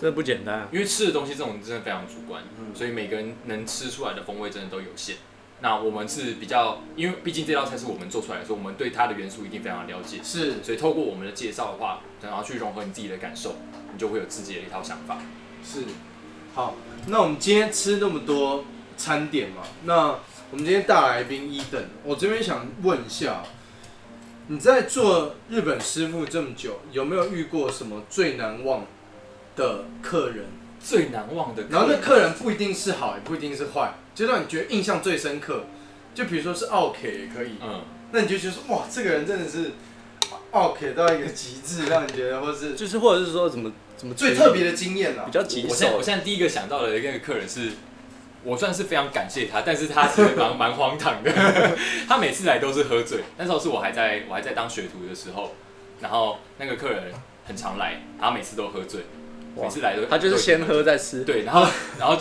S3: 真的不简单啊。
S4: 因为吃的东西这种真的非常主观，
S2: 嗯
S4: 所以每个人能吃出来的风味真的都有限。那我们是比较，因为毕竟这道菜是我们做出来的，所以我们对它的元素一定非常了解。
S2: 是
S4: 所以透过我们的介绍的话，然后去融合你自己的感受，你就会有自己的一套想法。
S2: 是，好，那我们今天吃那么多餐点嘛，那我们今天大来宾一等，我这边想问一下，你在做日本师傅这么久，有没有遇过什么最难忘的客人？
S4: 最难忘的客人，
S2: 然后那客人不一定是好，也不一定是坏，就让你觉得印象最深刻。就比如说是奥 K 也可以，
S4: 嗯，
S2: 那你就觉得说哇，这个人真的是奥 K 到一个极致，让你觉得或是
S3: 就是或者是说怎么怎么处
S2: 最
S3: 理
S2: 特别的经验啦啊
S3: 比。较棘
S4: 我现在
S3: 手
S4: 我，现在第一个想到的一个客人是，我算是非常感谢他，但是他是蛮蛮荒唐的。 *laughs* 他每次来都是喝醉，那时候是我还在我还在当学徒的时候，然后那个客人很常来，他每次都喝醉，
S3: 哇
S4: 每次来都
S3: 他就是先喝再吃。
S4: 对，然后然后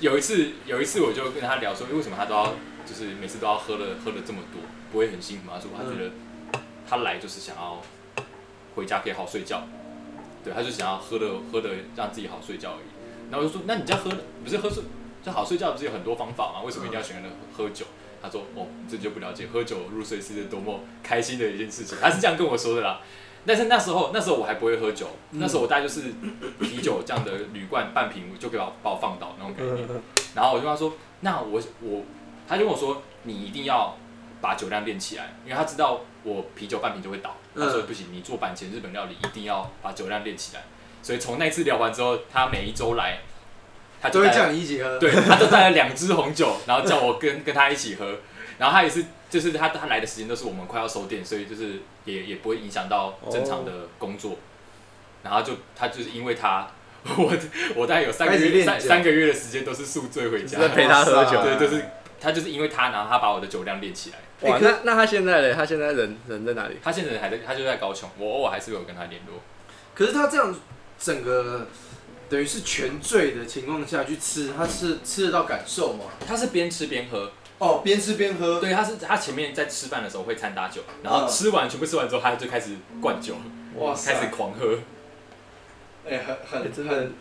S4: 有一次有一次我就跟他聊说，为什么他都要就是每次都要喝了喝了这么多，不会很辛苦吗？他说他觉得他来就是想要回家可以好睡觉，对，他就想要喝的喝的让自己好睡觉而已。然后我就说，那你这样喝的不是喝睡就好睡觉不是有很多方法吗？为什么一定要选择喝酒？他说哦，你这就不了解，喝酒入睡是件多么开心的一件事情。他是这样跟我说的啦。但是那时候，那时候我还不会喝酒，那时候我大概就是啤酒这样的铝罐半瓶，我就给我把我放倒那种感
S2: 嗯
S4: 觉。然后我就跟他说，那我我，他就跟我说，你一定要把酒量练起来，因为他知道我啤酒半瓶就会倒。
S2: 嗯
S4: 他说不行，你做板前日本料理一定要把酒量练起来。所以从那次聊完之后，他每一周来，他
S2: 都
S4: 就
S2: 会
S4: 带
S2: 叫你一起喝，
S4: 对，他就带了两支红酒，然后叫我跟跟他一起喝，然后他也是，就是他他来的时间都是我们快要收店，所以就是也也不会影响到正常的工作。然后就他就是因为他， *laughs* 我我大概有三个
S2: 开始
S4: 月
S2: 练
S4: 三
S2: 酒
S4: 三个月的时间都是宿醉回家
S3: 就，在陪他喝酒啊
S4: 对，就是他就是因为他，然后他把我的酒量练起来。
S3: 哇，
S2: 欸可
S3: 那那他现在嘞？他现在人人在哪里？
S4: 他现在还在，他就在高雄，我偶尔还是有跟他联络。
S2: 可是他这样整个等于是全醉的情况下去吃，他是吃得到感受吗？
S4: 他是边吃边喝，
S2: 哦，边吃边喝，
S4: 对，他是他前面在吃饭的时候会掺打酒，然后
S2: 嗯
S4: 吃完全部吃完之后，他就开始灌酒，
S2: 哇塞
S4: 开始狂喝。
S2: 哎、很
S3: 欸
S2: 很
S3: 真的
S2: 很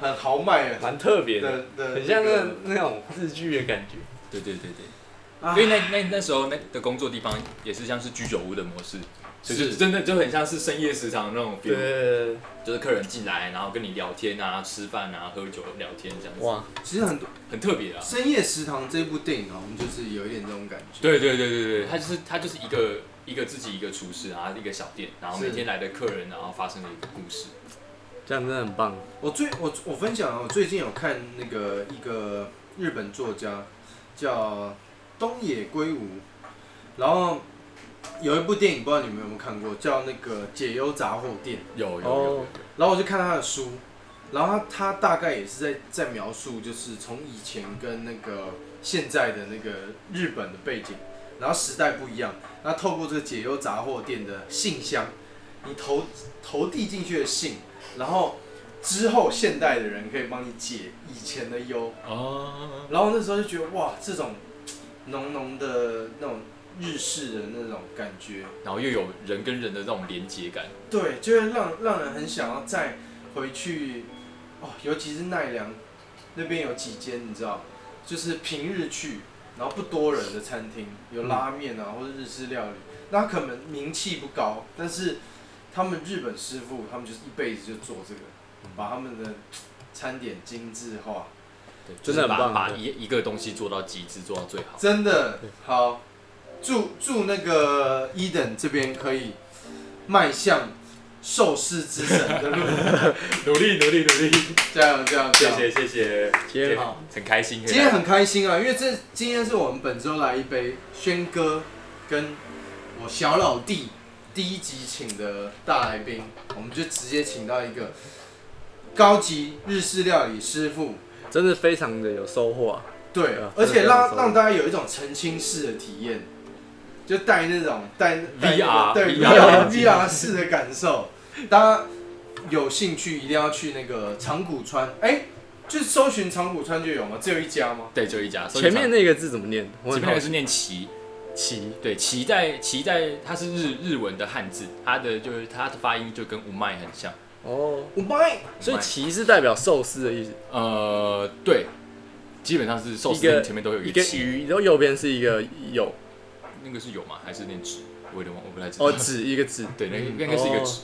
S2: 很豪迈啊，
S3: 蛮特别的，
S2: 的的，
S3: 很像那
S2: 个
S3: 那种日剧的感觉。
S4: 对对对对，
S2: 啊
S4: 因为那那那时候那的工作地方也是像是居酒屋的模式，所以就是真的就很像是深夜食堂那种 feel，
S3: 对，
S4: 就是客人进来，然后跟你聊天啊、吃饭啊、喝酒聊天这样子，
S3: 哇，
S2: 其实很多
S4: 很特别啊。
S2: 《深夜食堂》这部电影啊，我们就是有一点这种感觉。
S4: 对对对对对，他就是他就是一个一个自己一个厨师，然后一个小店，然后每
S2: 是
S4: 天来的客人，然后发生的一个故事。
S3: 这样真的很棒。
S2: 我最我我分享啊，我最近有看那个一个日本作家叫东野圭吾，然后有一部电影不知道你们有没有看过，叫那个《解忧杂货店》。
S4: 有有有有
S3: 哦
S4: 有，
S2: 然后我就看他的书，然后他他大概也是在在描述，就是从以前跟那个现在的那个日本的背景，然后时代不一样，然后透过这个解忧杂货店的信箱，你投投递进去的信，然后之后现代的人可以帮你解以前的忧，
S4: 哦，
S2: 然后那时候就觉得哇，这种浓浓的那种日式的那种感觉，
S4: 然后又有人跟人的那种连接感，
S2: 对，就会让让人很想要再回去哦，尤其是奈良那边有几间，你知道，就是平日去，然后不多人的餐厅，有拉面啊，或者日式料理。那可能名气不高，但是他们日本师傅，他们就是一辈子就做这个，把他们的嗯餐点精致化，
S4: 对，
S3: 真
S4: 就
S3: 的很
S4: 是把
S3: 棒
S4: 把
S3: 对
S4: 一一个东西做到极致，做到最好。
S2: 真的好。祝祝那个伊等这边可以迈向寿司之神的 *laughs* 路，
S4: 努力努力努力，
S2: 加油加油！加
S4: 谢
S2: 油
S4: 谢谢谢，
S3: 今天
S2: 好
S4: 很开心。
S2: 今天很开心啊，因为这今天是我们本周来一杯轩哥跟我小老弟第一集请的大来宾，我们就直接请到一个高级日式料理师傅，
S3: 真的非常的有收获啊。
S2: 对
S3: 对啊，
S2: 而且
S3: 真的非常
S2: 让
S3: 熟
S2: 让大家有一种澄清式的体验，就带那种带带那
S4: VR
S2: 个对
S4: VR
S2: VR VR 式的感受，大家有兴趣一定要去那个长谷川，哎、就是搜寻长谷川就有吗？只有一家吗？
S4: 对，就一家。
S3: 前面那个字怎么念？我很
S4: 前面那
S3: 好
S4: 个
S3: 奇
S4: 是念奇，
S3: 奇
S4: 对，期待期待，它是日日文的汉字，它的就是它的发音就跟五麦很像。
S3: 哦，
S2: 我卖。
S3: 所以
S4: 五麦
S3: 奇是代表寿司的意思，
S4: 呃，对，基本上是寿司
S3: 一个
S4: 店前面都会有
S3: 一
S4: 一
S3: 个
S4: 个奇，
S3: 鱼，然后右边是一个有
S4: 那个是有吗？还是念纸？我有点忘，我不太知 *laughs* 道。
S3: 哦，指一个指
S4: 对，那个那个是一个纸，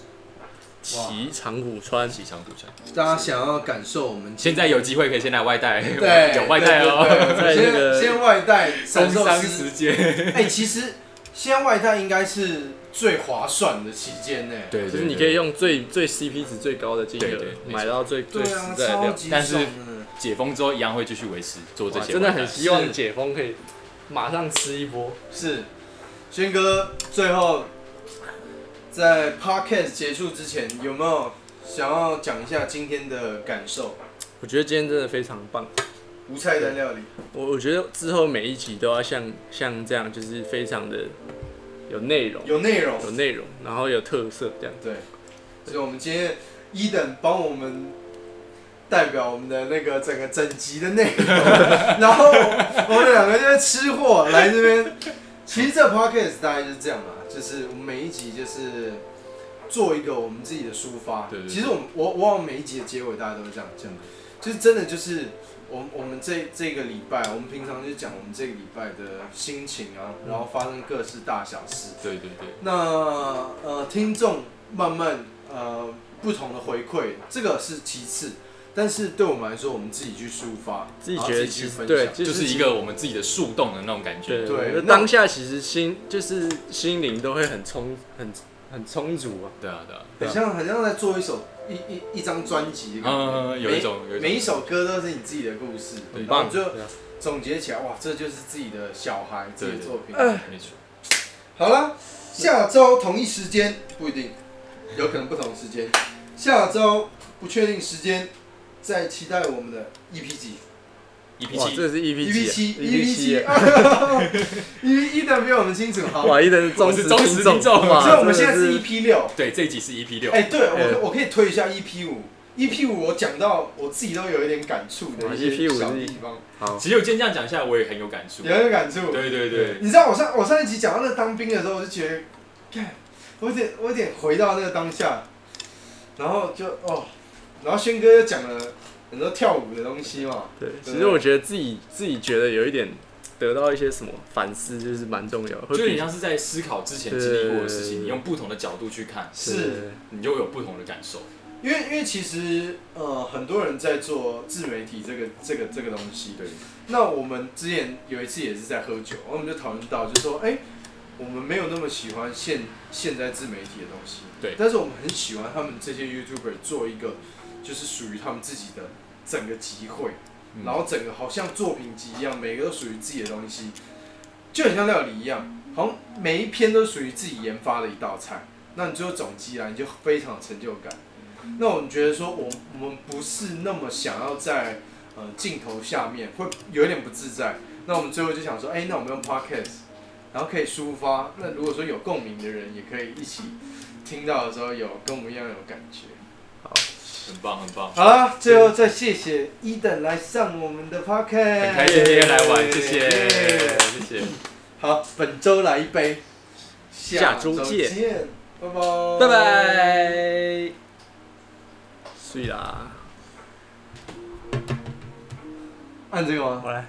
S3: 奇长谷川，
S4: *laughs* 西长古城。
S2: 大家想要感受我们
S4: 现在有机会可以先来外带，
S2: 对
S4: 有外带哦，
S2: 对对
S3: 在那个
S2: 对先先外带
S4: 工
S2: 闪寿
S4: 商
S2: 司。
S4: 时间。
S2: *laughs* 哎，其实先外带应该是最划算的期间呢。
S4: 对，对
S3: 就是你可以用最最 CP 值最高的金
S4: 对
S3: 额
S4: 对没错
S3: 买到最最
S2: 对
S3: 实
S2: 啊，
S3: 在的
S2: 超
S3: 料。
S2: 级
S4: 但是
S2: 爽的
S4: 解封之后一样会继续维持做这
S3: 哇
S4: 些，
S3: 真的很希望
S2: 是
S3: 解封可以马上吃一波。
S2: 是轩哥最后在 podcast 结束之前有没有想要讲一下今天的感受？
S3: 我觉得今天真的非常棒，
S2: 无菜单料理，
S3: 我我觉得之后每一集都要像像这样，就是非常的有内容，
S2: 有内容。
S3: 有内容，然后有特色这样。
S2: 对，所以我们今天一等帮我们代表我们的那个整个整集的内容，然后我们两个就是吃货来这边。其实这 podcast 大概就是这样啦，就是我们每一集就是做一个我们自己的抒发。
S4: 对对对
S2: 其实我们我我往每一集的结尾大家都会这样讲，就是真的就是我我们这这个礼拜，我们平常就讲我们这个礼拜的心情啊，然后发生各式大小事。
S4: 对对对，
S2: 那呃，听众慢慢呃不同的回馈，这个是其次，但是对我们来说，我们自己去抒发，
S3: 自己
S2: 然后
S3: 觉得
S2: 自己
S3: 其
S2: 去
S3: 实
S2: 分
S3: 对
S2: 享，
S3: 就
S4: 就是是一个我们自己的树洞的那种感觉。
S3: 对，
S2: 对
S3: 我觉得
S2: 那
S3: 当下其实心就是心灵都会很充很很充足啊。
S4: 对啊对啊，
S2: 很像很像在做一首一一一张专辑的感觉，
S4: 嗯，有一种有
S2: 每一
S4: 一种
S2: 首歌都是你自己的故事，
S4: 很
S2: 然后
S3: 棒，
S2: 就
S3: 对啊
S2: 总结起来，哇，这就是自己的小孩，自己的
S4: 对
S2: 作品。
S4: 没错，
S2: 好了，下周同一时间不一定，有可能不同时间，下周不确定时间，再期待我们的 E EP 几
S4: ，EP
S3: 哇，
S4: E 七，
S3: 这是 EP
S2: ，EP 七
S3: ，EP
S2: ，EP 七
S3: 啊
S2: *laughs* 啊
S3: 七，
S2: ，EP 一的比我们清楚好，
S3: 哇，一等是忠实
S4: 我是忠实
S3: 听众，
S4: 听众
S3: 哇
S2: 所以我们现在
S3: 真的
S2: 是 EP 六。
S4: 对，这一集是 EP 六，
S2: 哎，对
S3: 哎
S2: 我我可以推一下 EP 五，EP 五我讲到我自己都有一点感触的
S3: 哇
S2: 一些
S3: EP5
S2: 小
S3: 是
S2: 地方，
S3: 好，
S4: 其实我今天这样讲下来，我也很有感触。
S2: 有点感触。
S4: 对对对，
S2: 你知道我上我上一集讲到那个当兵的时候，我就觉得，干，我有点我有点回到那个当下，然后就哦，然后轩哥又讲了很多跳舞的东西嘛，
S3: 对，其实我觉得自己自己觉得有一点得到一些什么反思，就是蛮重要的，会
S4: 就你
S3: 比
S4: 像是在思考之前经历过的事情，你用不同的角度去看，
S2: 是
S4: 你就有不同的感受。
S2: 因为因为其实呃很多人在做自媒体这个这个这个东西，
S4: 对，
S2: 那我们之前有一次也是在喝酒，然后我们就讨论到，就说，哎、我们没有那么喜欢现现在自媒体的东西，
S4: 对
S2: 但是我们很喜欢他们这些 YouTuber 做一个就是属于他们自己的整个集会，
S4: 嗯
S2: 然后整个好像作品集一样，每个都属于自己的东西，就很像料理一样，好像每一篇都属于自己研发的一道菜，那你最后总结来，你就非常有成就感。那我们觉得说，我我们不是那么想要在呃镜头下面会有一点不自在。那我们最后就想说，哎、那我们用 podcast，然后可以抒发。那如果说有共鸣的人，也可以一起听到的时候有跟我们一样有感觉。
S4: 很棒很棒，
S2: 好啦，最后再谢谢一等来上我们的 podcast，
S4: 很开心今天来玩，谢谢
S2: 耶
S4: 谢谢。
S2: 好，本周来一杯，
S3: 下周
S2: 下
S3: 见
S2: 见，拜拜，
S3: 拜。拜，睡啦，
S2: 按这个吗？
S3: 我来。